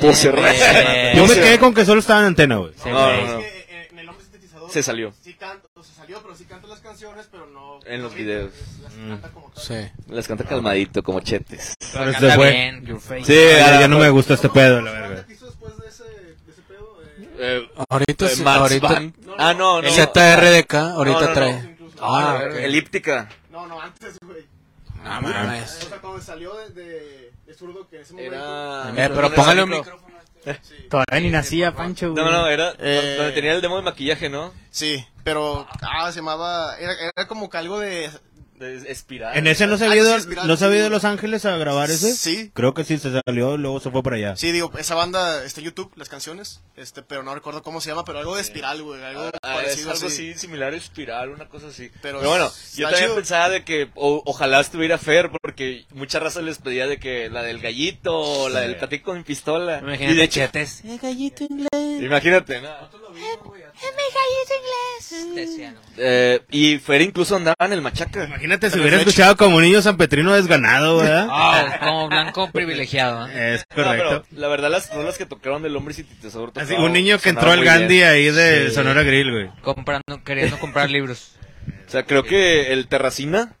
Pues se re- Yo me se- quedé con que solo estaba en antena, güey. No, no, no. Es que eh, en el hombre sintetizador Se salió. sí canto, se salió, pero sí canta las canciones, pero no En los no videos. es- las Mm. canta como tal. Sí. Las canta calmadito, como chetes. Pero se Está este fue. bien, your face. Sí, Ay, a- ya no me gusta este pedo, la ¿Cuánto verga. que hizo después de ese, de ese pedo? Eh, eh, Ahorita eh, sí, Max ahorita. Van- Ah, no, no. ZRDK, ahorita No, no, no. trae. Ah, Ah, ok. Elíptica. no, no, antes, güey. No mames. O sea, cuando salió de, de, de zurdo, que en ese momento. Era. Eh, pero póngale un micrófono. Todavía ni nacía, Pancho, güey. No, no, era. Eh. Donde tenía el demo de maquillaje, ¿no? Sí, pero. Ah, se llamaba. Era, era como que algo de. De espiral. En ese no se Ah, había no, sí, ido, espiral, no se había ido a sí. Los Ángeles a grabar ese. Sí. Creo que sí se salió, luego se fue para allá. Sí, digo, esa banda está en YouTube, las canciones. Este, pero no recuerdo cómo se llama, pero algo de espiral, güey. Algo Ah, ah, es parecido algo así. así similar a espiral, una cosa así. Pero, Pero bueno, está yo también chido. pensaba de que o- ojalá estuviera Fer, porque muchas razas les pedía de que la del gallito o la del platico con pistola. y de Imagínate, hecho- chetes. Imagínate, ¿no? Eh, y Fer incluso andaba en el machaca. Imagínate si hubiera escuchado como un niño san petrino desganado, ¿verdad? Ah, como blanco privilegiado, ¿eh? Es No, pero correcto. la verdad, las rolas que tocaron del hombre sintetizador. Así, tocado, un niño que entró sonaron al muy Gandhi bien. ahí de Sonora Grill, güey. Comprando, queriendo comprar libros. O sea, creo que el Terracina,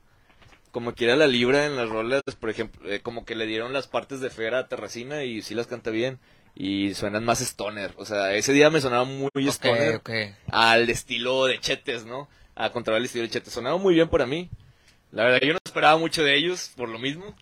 como quiera la libra en las rolas, por ejemplo, eh, como que le dieron las partes de Fera a Terracina y sí las canta bien. Y suenan más stoner. O sea, ese día me sonaba muy Ok, stoner ok. al estilo de Chetes, ¿no? A controlar el estilo de Chetes. Sonaba muy bien para mí. La verdad, yo no esperaba mucho de ellos por lo mismo.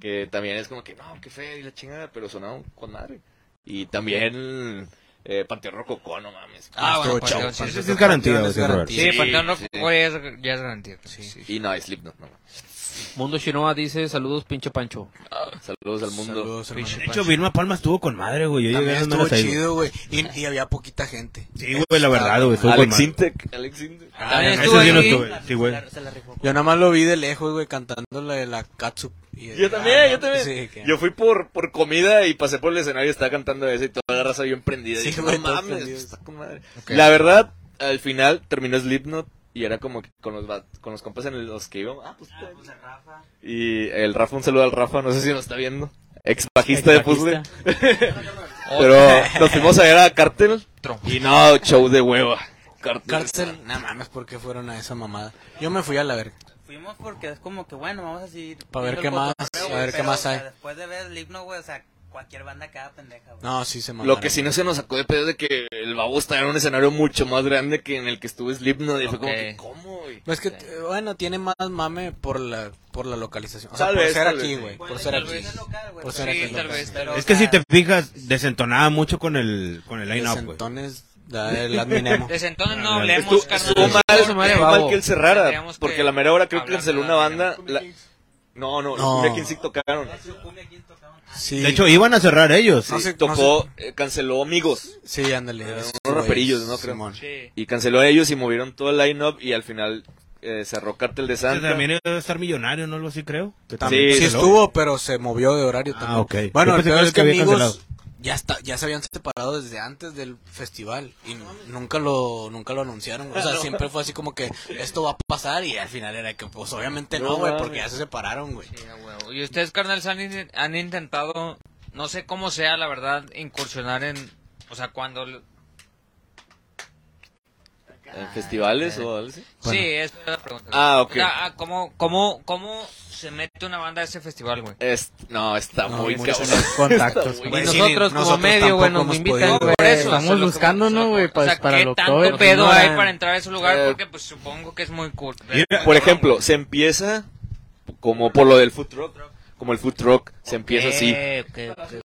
Que también es como que, no, qué fe y la chingada, pero sonaban con madre. Y también eh, Panteón Rococó, no mames. Ah, bueno, Estuvo Panteón, chao. sí, Panteón sí, sí, es garantía, es sí, Robert. garantía. Sí, Sí, Panteón Rock sí. ya es, ya es garantía. pues, Sí, sí. Y no, Slipknot, no. mames. Mundo Shinoa dice, saludos, pinche Pancho. Saludos al mundo. Saludos, hermano. De hecho, Vilma Palma estuvo con madre, güey. Yo También llegué a las estuvo manos ahí. güey. chido, güey. Y, y había poquita gente. Sí, güey, la verdad, güey. Estuvo con Alex madre. Intec. Alex Intec. Ah, no, También ese estuvo sí no ahí. estuve. Sí, güey. Yo nada más lo vi de lejos, güey, cantándole la Katsup. Y- Yo también, yo también. Ah, Sí, que- Yo fui por, por comida y pasé por el escenario y estaba cantando eso y toda la raza bien prendida. Sí, Dije, güey, no todos mames, prendidos. está con madre. La verdad, al final terminó Slipknot Y era como que con los, va- con los compas en los que íbamos. Ah, pues, Ah, pues el Rafa. Y el Rafa, un saludo al Rafa, no sé si nos está viendo. Ex bajista de Puzzle. Pero nos fuimos a ver a Cartel. Y no, show de hueva. Cartel. Cárcel, nada mames, ¿por qué fueron a esa mamada? Yo me fui a la verga. Fuimos porque es como que, bueno, vamos a seguir. Pa' ver viendo qué el más, cotorreo, a güey, ver qué pero, más o sea, hay. Después de ver el himno, güey, o sea, cualquier banda queda pendeja, güey. No, sí se mamaron. Lo que sí no se nos sacó de pedo es de que el babo estaba en un escenario mucho más grande que en el que estuvo Slipknot. Y fue como Ok. que, ¿cómo? güey? No, es que, eh, bueno, tiene más mame por la, por la localización. O sea, Tal por vez, ser tal aquí, vez, güey. sí. Por ser Tal aquí. vez es local, güey, Por pero- ser Sí, aquí. tal local. vez, tal Pero, o Es que si sea, te fijas, desentonaba mucho con el, con el line-up, güey. Entonces, da el adminemo. Desde entonces no Ah, Estuvo, hablemos, carnal. estuvo mal, Chingue su madre, estuvo mal babo. que él cerrara. Tendríamos que Porque a la mera hora creo que hablar de canceló la una manera. banda. la- No, no, No. no. King sí tocaron. Cumbia Kings tocaron. Ah, Sí. De hecho, iban a cerrar ellos. No sé, Sí, tocó, eh, canceló Amigos. Sí, ándale. Unos esos güeyes, raperillos, ¿no? Creo. Simón. Sí. Y canceló a ellos y movieron todo el line-up y al final eh, cerró Cartel de Que Santa. También debe estar millonario, ¿no? Algo así, creo. Que También Sí, sí, ¿no? estuvo, pero se movió de horario Ah, también. ok. Bueno, Yo el pensé peor que es que había amigos cancelado. ya, está, ya se habían separado desde antes del festival y nunca lo nunca lo anunciaron. O sea, siempre fue así como que esto va a pasar y al final era que, pues obviamente no, No güey, mames. porque ya se separaron, güey. Sí, a huevo. Y ustedes, carnal, se han, in- han intentado, no sé cómo sea, la verdad, incursionar en, o sea, cuando... ¿En festivales o algo así? Bueno. Sí, esa es la pregunta. Ah, ok. O sea, ah, ¿cómo, cómo, ¿Cómo se mete una banda a ese festival, güey? Es- no, está No, muy muchos cabrón. contactos. Está muy- Y Güey, sí, nosotros como nosotros medio, tampoco bueno, nos hemos invitan, podido. güey. Por eso, estamos eso es lo que- buscando, eso es lo ¿no, que- güey? O sea, Para- para ¿qué el tanto Oktober, pedo pues, hay no, para entrar a ese lugar? eh, Porque, pues, supongo que es muy cool. Por ejemplo, se empieza como por lo del food truck. Como el food truck se empieza así. Eh, ok, ok.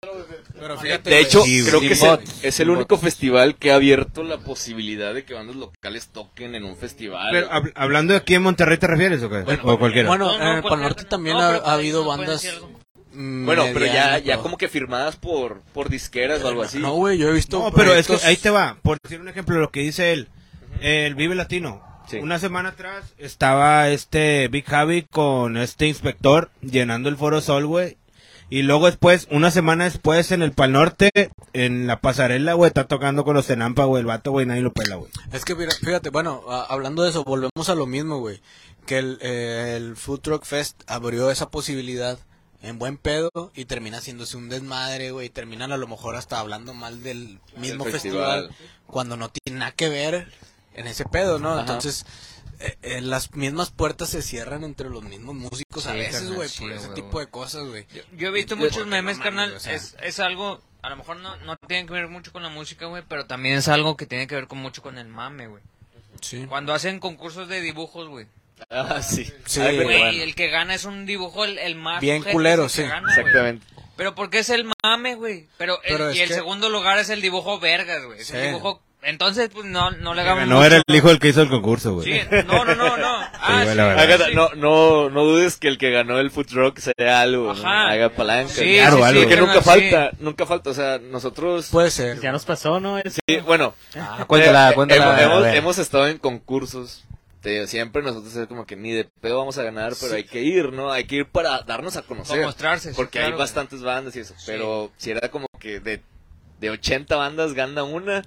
Pero fíjate, De hecho, Sí, creo sin que es bot, el, es el único festival que ha abierto la posibilidad de que bandas locales toquen en un festival. Pero, ah, hab- hablando de aquí en Monterrey, ¿te refieres o qué? o cualquiera. bueno, No, en no, eh, el cualquier- Pal Norte también no, ha, pero ha habido pueden bandas. decir algo. mm, bueno, pero ya, medianas, ya o- como que firmadas por, por disqueras o algo así. No, güey, yo he visto. No, pero es que proyectos- ahí te va. Por decir un ejemplo, lo que dice él, el Vive Latino. Sí. Una semana atrás estaba este Big Javi con este inspector llenando el Foro Sol, güey. Y luego después, una semana después, en el Pal Norte, en la pasarela, güey, está tocando con los Tenampa, güey, el vato, güey, nadie lo pela, güey. Es que mira, fíjate, bueno, a- hablando de eso, volvemos a lo mismo, güey. Que el, eh, el Food Truck Fest abrió esa posibilidad en buen pedo y termina haciéndose un desmadre, güey. Y terminan a lo mejor hasta hablando mal del mismo Del festival, festival. cuando no tiene nada que ver en ese pedo, ¿no? Ajá. Entonces, eh, eh, las mismas puertas se cierran entre los mismos músicos a Sí, veces, carnal, güey, sí, por ese güey, tipo güey. de cosas, güey. Yo he visto Yo- muchos porque memes, no mames, carnal. o sea. es, es algo, a lo mejor no, no tiene que ver mucho con la música, güey, pero también es algo que tiene que ver con mucho con el mame, güey. Sí. Cuando hacen concursos de dibujos, güey. Ah, sí. Sí. Ay, pero Güey, bueno, el que gana es un dibujo el, el más... Bien ojete culero, es el que sí. gana, güey. Exactamente. Pero porque es el mame, güey. Pero, el- Pero y es el que- segundo lugar es el dibujo vergas, güey. Es Sí. el dibujo... Entonces, pues, no, no le hagamos... No mucho, era el ¿no? hijo el que hizo el concurso, güey. Sí, no, no, no, no. Ah, Sí, güey, sí, la verdad. Haga- sí. no, no, no dudes que el que ganó el food truck sea algo. ¿no? Ajá. Haga palanca. Sí, Claro, sí, sí, algo. que carnal, nunca sí. falta, nunca falta. O sea, nosotros. Puede ser. Ya nos pasó, ¿no? Es- Sí, bueno. Ah, cuéntala, eh, cuéntala. hemos, a hemos- ver. hemos estado en concursos. Te digo, siempre nosotros es como que ni de pedo vamos a ganar, pero hay que ir, ¿no? Hay que ir para darnos a conocer. Para mostrarse, sí, Porque claro, hay güey. bastantes bandas y eso. Pero si era como que de, de 80 bandas gana una.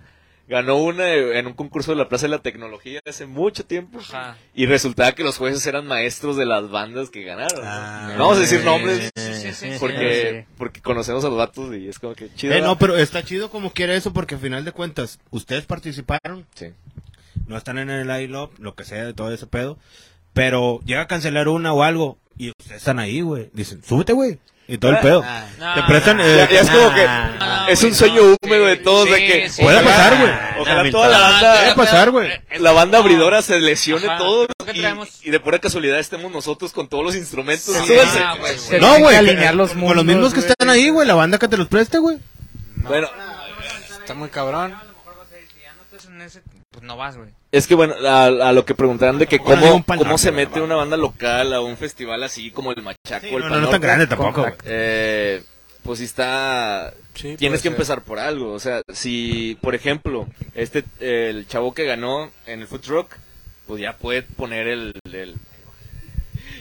Ganó una en un concurso de la Plaza de la Tecnología hace mucho tiempo. Ajá. Y resultaba que los jueces eran maestros de las bandas que ganaron. ¿no? Ah, no vamos a decir nombres Sí, sí, sí, sí. porque, porque conocemos a los vatos y es como que chido. Eh, no, ¿verdad? pero está chido como quiera eso porque al final de cuentas, ustedes participaron, Sí. no están en el ILOP, lo que sea, de todo ese pedo, pero llega a cancelar una o algo y ustedes están ahí, güey. Dicen, súbete, güey. Y todo el pedo. Ah, No, Te prestan... eh, no, Ya, ya es como que no, es güey, un sueño no, húmedo Ah, sí, de todos de sí, que sí. Puede ojalá- pasar, güey. Ojalá Nah, toda la Ah, banda, Puede pasar, güey. la banda abridora se lesione Ajá. todos Creo que traemos- y, y de pura casualidad estemos nosotros con todos los instrumentos. Ah, Súbanse. güey, Se No, tienen que güey. alinear que- los con mundos, los mismos que güey. están ahí, güey. La banda que te los preste, güey. Bueno, Está muy cabrón. A lo mejor vas a decir, "Ah, no estás en ese", Pues no vas, güey. es que bueno, a, a lo que preguntarán de que Ahora digo cómo, un Ah, pan cómo se norte, mete una banda local a un festival así como el Machaco, el no, no, Pan no tan Norte. grande tampoco, güey. Eh, pues sí está. Sí, puede Tienes que ser. empezar por algo. O sea, si, por ejemplo, este eh, el chavo que ganó en el food truck, pues ya puede poner el. el-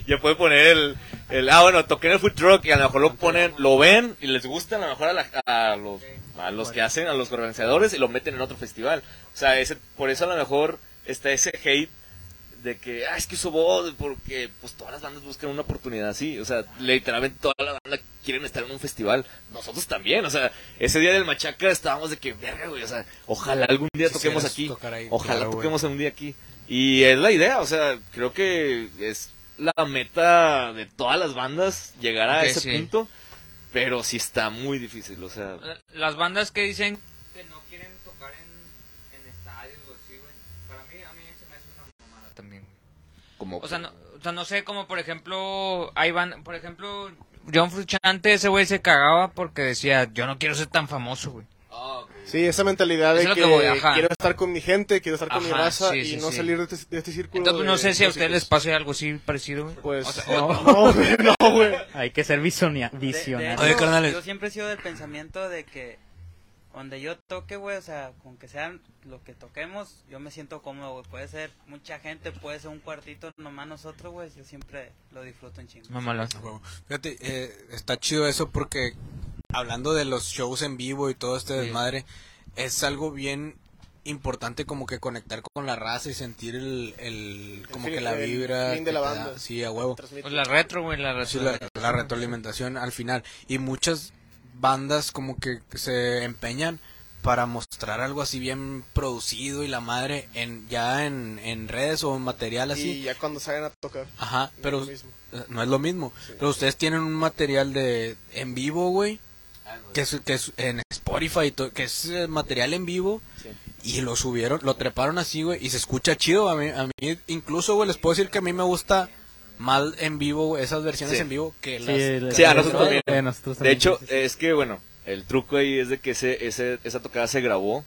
ya puede poner el, el- Ah, bueno, toqué en el food truck y a lo mejor lo ponen, lo ven y les gusta a lo mejor a, la- a los, a los que hacen, a los organizadores y lo meten en otro festival. O sea, ese, por eso a lo mejor está ese hate de que, ah, es que hizo voz, porque pues todas las bandas buscan una oportunidad así, o sea, literalmente toda la banda quieren estar en un festival, nosotros también, o sea, ese día del Machaca estábamos de que, verga, güey, o sea, ojalá algún día toquemos Quisieras aquí, tocar ahí, ojalá claro, güey. toquemos un día aquí, y es la idea, o sea, creo que es la meta de todas las bandas llegar a Ok, ese sí. punto, pero sí está muy difícil, o sea, Las bandas que dicen que no quieren tocar en, en estadios o así, güey. Para mí, a mí se me hace una mamada también, güey. como... O sea, no, o sea, no sé, como por ejemplo, hay van, por ejemplo, John Fruchante, ese güey se cagaba porque decía, yo no quiero ser tan famoso, güey. Sí, esa mentalidad de Eso que, es lo que voy, ajá. quiero estar con mi gente, quiero estar con mi Ajá, raza sí, y sí, no sí. salir de este, de este círculo. Entonces, no de sé si a ustedes les músicos. pase algo así parecido, güey. Pues, o sea, no, no, güey, no, güey. Hay que ser visionia- De- de visionario. hecho, Oye, carnales. Yo siempre he sido del pensamiento de que donde yo toque, güey, o sea, con que sean lo que toquemos, yo me siento cómodo, güey. Puede ser mucha gente, puede ser un cuartito, nomás nosotros, güey. Yo siempre lo disfruto en chingo. Mamalón. A huevo. Fíjate, eh, está chido eso porque hablando de los shows en vivo y todo este desmadre, es algo bien importante como que conectar con la raza y sentir el, el- como feeling- que la el vibra. feeling de que la te da. banda. Sí, a huevo. Transmite. Pues la retro, güey, la retro. Sí, la, la retroalimentación al final. Y muchas bandas como que se empeñan para mostrar algo así bien producido y la madre en ya en, en redes o en material así. Y ya cuando salgan a tocar. Ajá, no pero es lo mismo. eh, no es lo mismo. Pero ustedes tienen un material de en vivo, güey. Que es, que es en Spotify, y to- que es eh, material en vivo. Y lo subieron, lo treparon así, güey. Y se escucha chido. A mí, a mí incluso, güey, les puedo decir que a mí me gusta mal en vivo, güey, esas versiones Sí. en vivo que Sí, las. el- Sí, a nosotros el- también. a nosotros De también, hecho, sí, sí, sí. es que bueno, el truco ahí es de que ese, ese, esa tocada se grabó,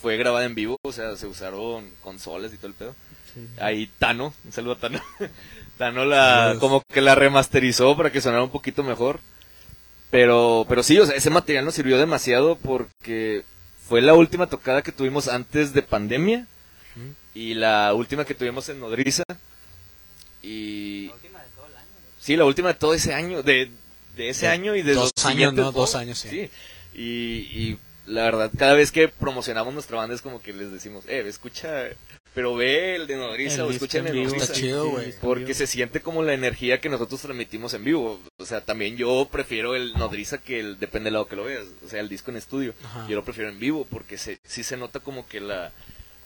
fue grabada en vivo, o sea, se usaron consolas y todo el pedo. Sí. Ahí Tano, un saludo a Tano. Tano la, Saludos. como que la remasterizó para que sonara un poquito mejor. Pero, pero sí, o sea, ese material nos sirvió demasiado porque fue la última tocada que tuvimos antes de pandemia y la última que tuvimos en Nodriza. Y, La última de todo el año, güey. Sí, la última de todo ese año, de, de ese De año y de dos los años, siguientes ¿no? Dos años, sí. Y, y la verdad, cada vez que promocionamos nuestra banda es como que les decimos, eh, escucha, pero ve el de Nodriza o disco escucha el de en vivo, Nodriza. Está chido, sí, güey. el disco en Porque vivo. se siente como la energía que nosotros transmitimos en vivo. O sea, también yo prefiero el nodriza que el, depende del lado que lo veas. O sea, el disco en estudio. Ajá. Yo lo prefiero en vivo porque se, sí se nota como que la,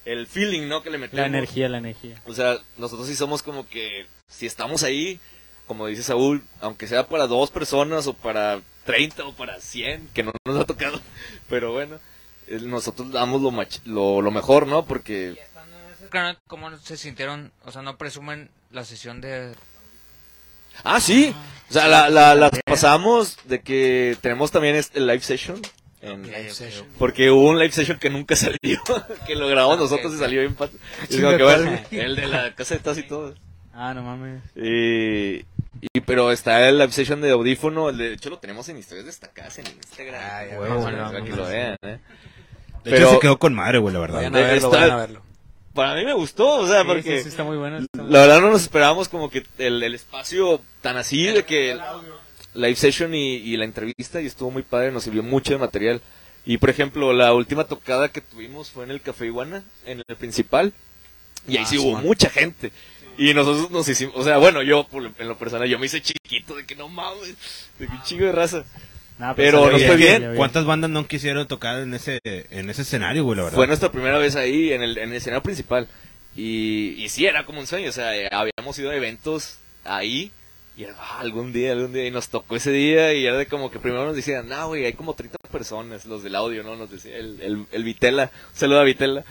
el feeling, ¿no? Que le metemos. La energía, la energía. O sea, nosotros sí somos como que, si estamos ahí, como dice Saúl, aunque sea para dos personas o para 30 o para 100, que no nos ha tocado, pero bueno, eh, nosotros damos lo, mach- lo, lo mejor, ¿no? Porque Claro, ¿Cómo se sintieron? O sea, no presumen la sesión de... Ah, sí. O sea, la, la, las pasamos de que tenemos también este live session. en- Live session. porque hubo un live session que nunca salió, que lo grabamos Ah, nosotros ok. y salió bien pato. Y chinga, como que, ¿cuál? bueno, el de la casa de tas y todo. Ah, no mames. Y, y- pero está el live session de audífono, el de, de hecho lo tenemos en historias destacadas en Instagram. Ay, Bueno, huevo, para no, que no, lo no. vean, De eh. Pero- hecho, se quedó con madre, güey, la verdad. Vayan a verlo, Está- vayan a verlo. Para mí me gustó, o sea, Sí, porque sí, sí, está muy bueno. está muy- la verdad no nos esperábamos como que el, el espacio tan así de que live session y, y la entrevista y estuvo muy padre, nos sirvió mucho de material. Y por ejemplo, la última tocada que tuvimos fue en el Café Iguana, en el principal, y ahí Ah, sí hubo Simón. mucha gente. Y nosotros nos hicimos, o sea, bueno, yo por lo- en lo personal, yo me hice chiquito de que no mames, de que un chingo de raza. Nah, pero salió no estoy bien. salió ¿Cuántas bandas no quisieron tocar en ese, en ese escenario, güey, la verdad? Fue nuestra primera vez ahí en el, en el escenario principal. Y, y sí, era como un sueño. O sea, eh, habíamos ido a eventos ahí. Y era, "Ah, algún día, algún día. Y nos tocó ese día. Y era de como que primero nos decían, no, güey, hay como 30 personas. Los del audio, ¿no? Nos decía el, el, el Vitela. Un saludo a Vitela.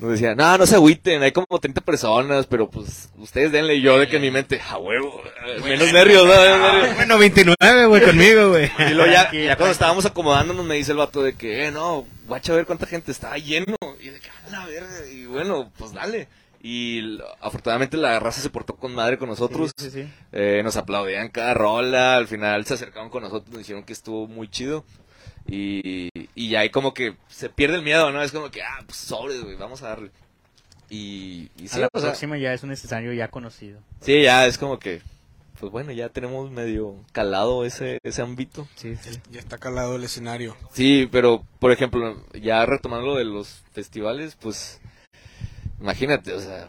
Nos decía, no, no se agüiten. Hay como 30 personas. Pero pues, ustedes denle. Y yo de que en mi mente, a huevo. eh, Menos nervios, ¿no? Menos nervios. Ah, Bueno, 29, güey, conmigo, güey. Y luego ya, ya cuando estábamos acomodándonos me dice el vato de que, eh, no, guacha a ver cuánta gente está lleno. Y de que, a la verga. Y bueno, pues dale. Y l- afortunadamente la raza se portó con madre con nosotros. Sí, sí, sí. Eh, nos aplaudían cada rola. Al final se acercaron con nosotros, nos dijeron que estuvo muy chido. Y, y ya ahí como que se pierde el miedo, ¿no? Es como que, ah, pues sobres, güey, vamos a darle. Y, y sí, a la o sea, próxima ya es un escenario ya conocido. sí, ya es como que, pues bueno, ya tenemos medio calado ese, ese ámbito. Sí, sí. Ya está calado el escenario. Sí, pero por ejemplo, ya retomando lo de los festivales, pues imagínate, o sea,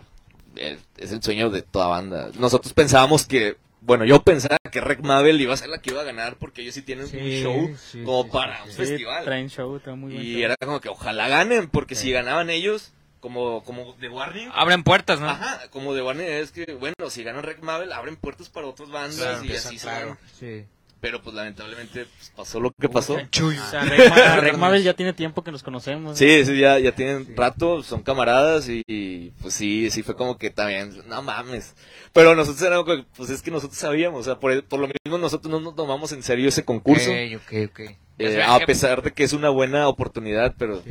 el- es el sueño de toda banda. Nosotros pensábamos que, bueno, yo pensaba que Rec Mabel iba a ser la que iba a ganar porque ellos sí tienen un show como para un Sí, festival. traen show, traen muy buen y show. era como que ojalá ganen, porque si Sí. ganaban ellos, como, como The Warning. Ah, Abren puertas, ¿no? Ajá, como The Warning es que, bueno, si ganan Rec Mabel, abren puertas para otras bandas Claro, y empieza, así se claro. van. Sí. Pero pues lamentablemente pues, pasó lo que pasó. O sea, Rec Ma- Rec Mabel ya tiene tiempo que nos conocemos. Sí, sí, ya, ya tienen rato, son camaradas y, y, pues sí, sí fue como que también, no mames. Pero nosotros éramos, como que, pues es que nosotros sabíamos, o sea, por, por lo mismo nosotros no nos tomamos en serio ese concurso, Ok, ok, ok. eh, Ya sabes a que- pesar de que es una buena oportunidad, pero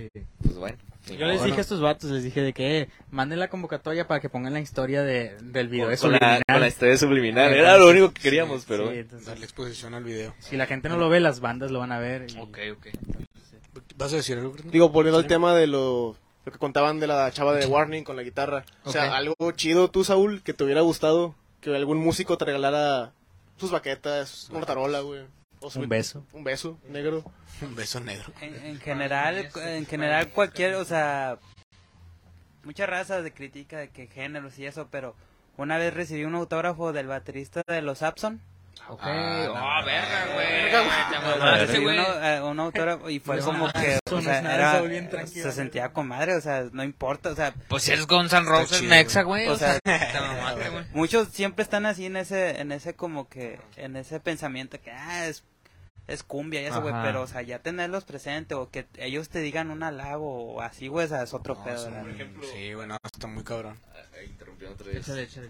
pues bueno. ni Yo les modo, dije a ¿no? estos vatos, les dije de que eh, manden la convocatoria para que pongan la historia de, del video de con, con la, Subliminal. con la historia subliminal, Eh, era lo único que queríamos, Sí, pues, pero bueno. entonces, Darle exposición al video. si la gente no lo ve, las bandas lo van a ver. y- Ok, ok. ¿Vas a decir algo, Brandon? Digo, volviendo al tema de lo, lo que contaban de la chava de Warning con la guitarra. O sea, Ok. algo chido tú, Saúl, que te hubiera gustado que algún músico te regalara sus baquetas, una tarola, güey. O su- Un beso. Un beso negro. Un beso negro. En, en general, en general cualquier, o sea, muchas razas de crítica de que géneros y eso, pero una vez recibí un autógrafo del baterista de los Abson. Ok. Ah, verga, güey. Te Ah, mamaste, sí, güey. uno, eh, un autógrafo y fue como que o sea, era- se sentía con madre, o sea, no importa, o sea, Pues si eres Guns N' Roses chido, Nexa, güey. o sea, te mamaste, güey. muchos siempre están así en ese en ese como que en ese pensamiento que ah, es es cumbia y eso, güey, Ajá. pero o sea, ya tenerlos presente o que ellos te digan un halago o así, güey, o sea, es otro No, pedo. es un- ¿verdad? Sí, bueno, está muy cabrón. Ay, interrumpiendo otra vez.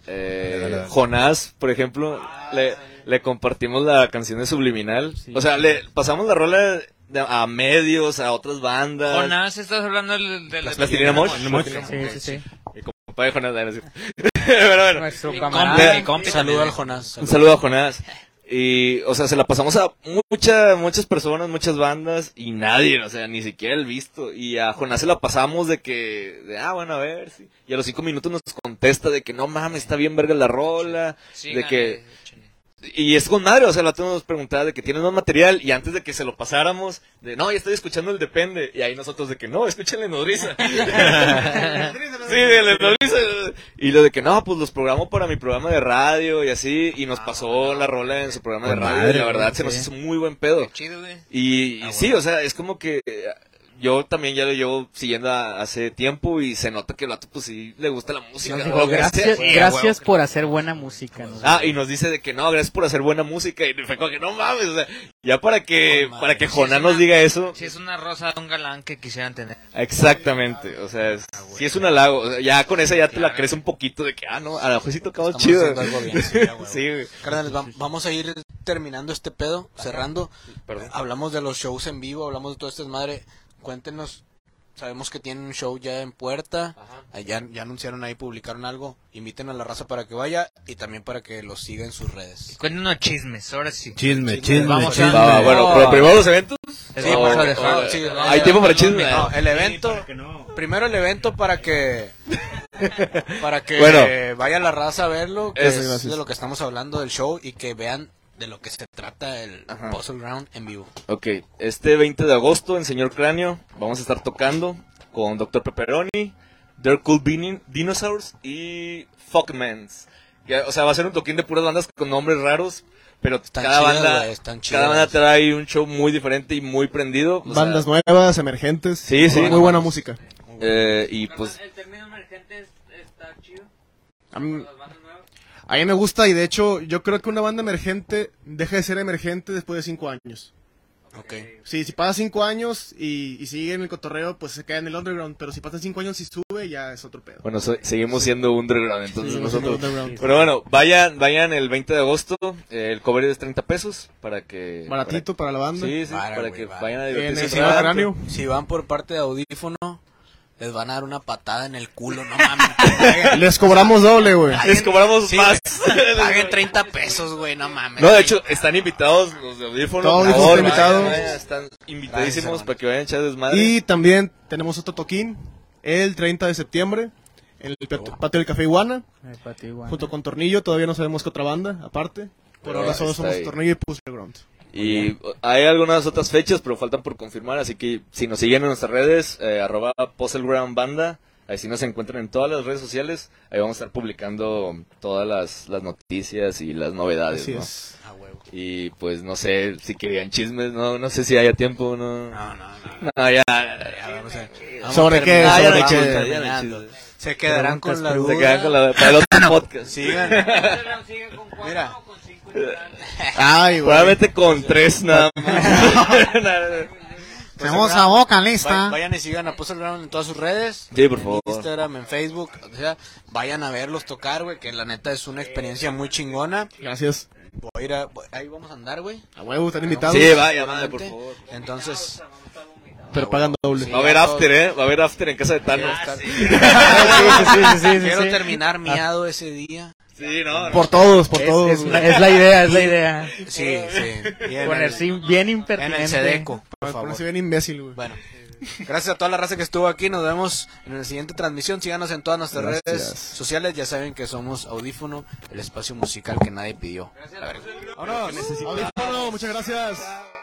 Eh, Jonás, por ejemplo, le, le compartimos la canción de Subliminal. Sí. O sea, le pasamos la rola de- a medios, a otras bandas. Jonás, estás hablando del... del Las Plastilina Mosh. Sí, sí, sí. Mi compa de Jonás. no, no es cierto. Pero bueno, Nuestro compa, Le- mi Un compa. saludo al Jonás. un saludo. saludo a Jonás. Y, o sea, se la pasamos a muchas, muchas personas, muchas bandas y nadie, o sea, ni siquiera el visto. Y a Jonás se la pasamos de que, de, ah, bueno, a ver, sí. Y a los cinco minutos nos contesta de que no mames, está bien verga la rola, Sí, de gane, que chile. Y es con madre, o sea, la tú nos preguntaba de que tienen más material y antes de que se lo pasáramos, de no, ya estoy escuchando el Depende. Y ahí nosotros de que no, escúchenle Nodriza. sí, de la Nodriza. Y lo de que no, pues los programo para mi programa de radio y así. Y nos pasó la rola en su programa de Ah, Con radio. y madre, la verdad güey, se nos sí. hizo muy buen pedo. Qué chido, güey. Y, y Ah, sí, bueno. o sea, es como que eh, yo también ya lo llevo siguiendo a- hace tiempo y se nota que el vato, pues sí, le gusta la música. Nos o dijo, lo que gracias, sea". gracias por hacer buena música. nos Ah, y nos dice de que no, gracias por hacer buena música. Y fue como que no mames, o sea, ya para que, para que Jonás nos diga eso. Si es una rosa de un galán que quisieran tener. Exactamente, o sea, Ah, es- sí es un halago. o sea, ya con esa ya te la crees un poquito de que, ah, no, a lo mejor sí tocamos Estamos chido. haciendo algo bien, sí, a huevo. Sí, güey. Carnales, vam- vamos a ir terminando este pedo, cerrando. Perdón. Hablamos de los shows en vivo, hablamos de todo este madre. Cuéntenos, sabemos que tienen un show ya en puerta. Ah, Ya, ya anunciaron ahí, publicaron algo. Inviten a la raza para que vaya y también para que los siga en sus redes. Cuéntenos chismes, ahora sí. Chisme, chisme, Vamos Ah, chisme. Va, va, bueno, pero primero los eventos. Les Sí, vamos a porque- dejar. oh, sí, Hay tiempo para chisme. No, el evento, Que no. primero el evento para que para que Bueno. vaya la raza a verlo, que Eso, es gracias. de lo que estamos hablando del show y que vean de lo que se trata el Ajá. Puzzle Round en vivo. Ok, este 20 de agosto en Señor Cráneo vamos a estar tocando con Dr. Pepperoni, There Could Be Nin- Dinosaurs y Fuckmans. Ya, O sea, va a ser un toquín de puras bandas con nombres raros, pero Están cada, chidas, banda, güey, están chidas. cada banda trae un show muy diferente y muy prendido. o sea, Bandas nuevas, emergentes. Sí, sí. Muy buena música. eh, y pues, El término emergente está chido. A mí, a mí me gusta y de hecho yo creo que una banda emergente deja de ser emergente después de cinco años. Okay. Sí, si pasa cinco años y, y sigue en el cotorreo, pues se queda en el underground. Pero si pasan cinco años y sube, ya es otro pedo. bueno, so- seguimos siendo underground entonces Seguimos siendo nosotros. underground. Pero bueno, vayan, vayan el 20 de agosto, eh, el cover es 30 pesos para que... Baratito para la para- banda. Sí, sí, Para, para, güey, que para. vayan a en divertirse. el un Señor rato. Cráneo. Si van por parte de audífono, les van a dar una patada en el culo, no mames. Les cobramos doble, güey. Les cobramos Sí, más. Paguen 30 pesos, güey, no mames. No, de hecho, están invitados los de audífonos. Todos por los favor, invitados. vayan, vayan, están invitadísimos Gracias, para que vayan a echar desmadre. Y también tenemos otro toquín el 30 de septiembre en el pat- patio del Café Iguana, dice. Eh, Pati, igual. junto con Tornillo. Todavía no sabemos qué otra banda, aparte. Por Pero ahora solo está somos ahí. Tornillo y Puzzle Ground. Y hay algunas otras fechas, pero faltan por confirmar. Así que si nos siguen en nuestras redes, eh, arroba Puzzleground Banda, Ahí sí nos encuentran en todas las redes sociales. Ahí vamos a estar publicando todas las, las noticias y las novedades, Así ¿no? es. Y pues no sé si querían chismes, no, no sé si haya tiempo, no. No, no, no. No, ya. Ya vamos a- vamos terminando, ¿Sobre qué? Ah, ya ¿Sobre vamos qué? terminando. Se quedarán con la Se duda. quedan con la para el otro podcast. Sigan. Sigue con cuatro Mira. o con cinco interantes. Ay, güey. Probablemente con tres nada más. Pues, Tenemos ahora- la boca Va- lista. Vayan y sigan a Puzzle Brown en todas sus redes. Sí, por favor. En Instagram, en Facebook. O sea, vayan a verlos tocar, güey. Que la neta es una experiencia muy chingona. Gracias. Voy a ir a- voy- ahí vamos a andar, güey. A huevo, están invitados. Sí, vaya, vaya, por favor. Entonces, Pero pagan doble. Va a haber after, Ah, ¿eh? Va a haber after en casa de Tano. quiero terminar miado ese día. Sí, no, no. Por todos, por Es- todos. es, güey. la, es la idea, es la idea. Sí, sí. Y en el- Ponerse bien en impertinente. el Sedeco, por Por favor. ponerse bien imbécil, güey. Bueno, gracias a toda la raza que estuvo aquí. Nos vemos en la siguiente transmisión. Síganos en todas nuestras redes Gracias. sociales. Ya saben que somos Audífono, el espacio musical que nadie pidió. A ver. Vámonos. Audífono, muchas gracias.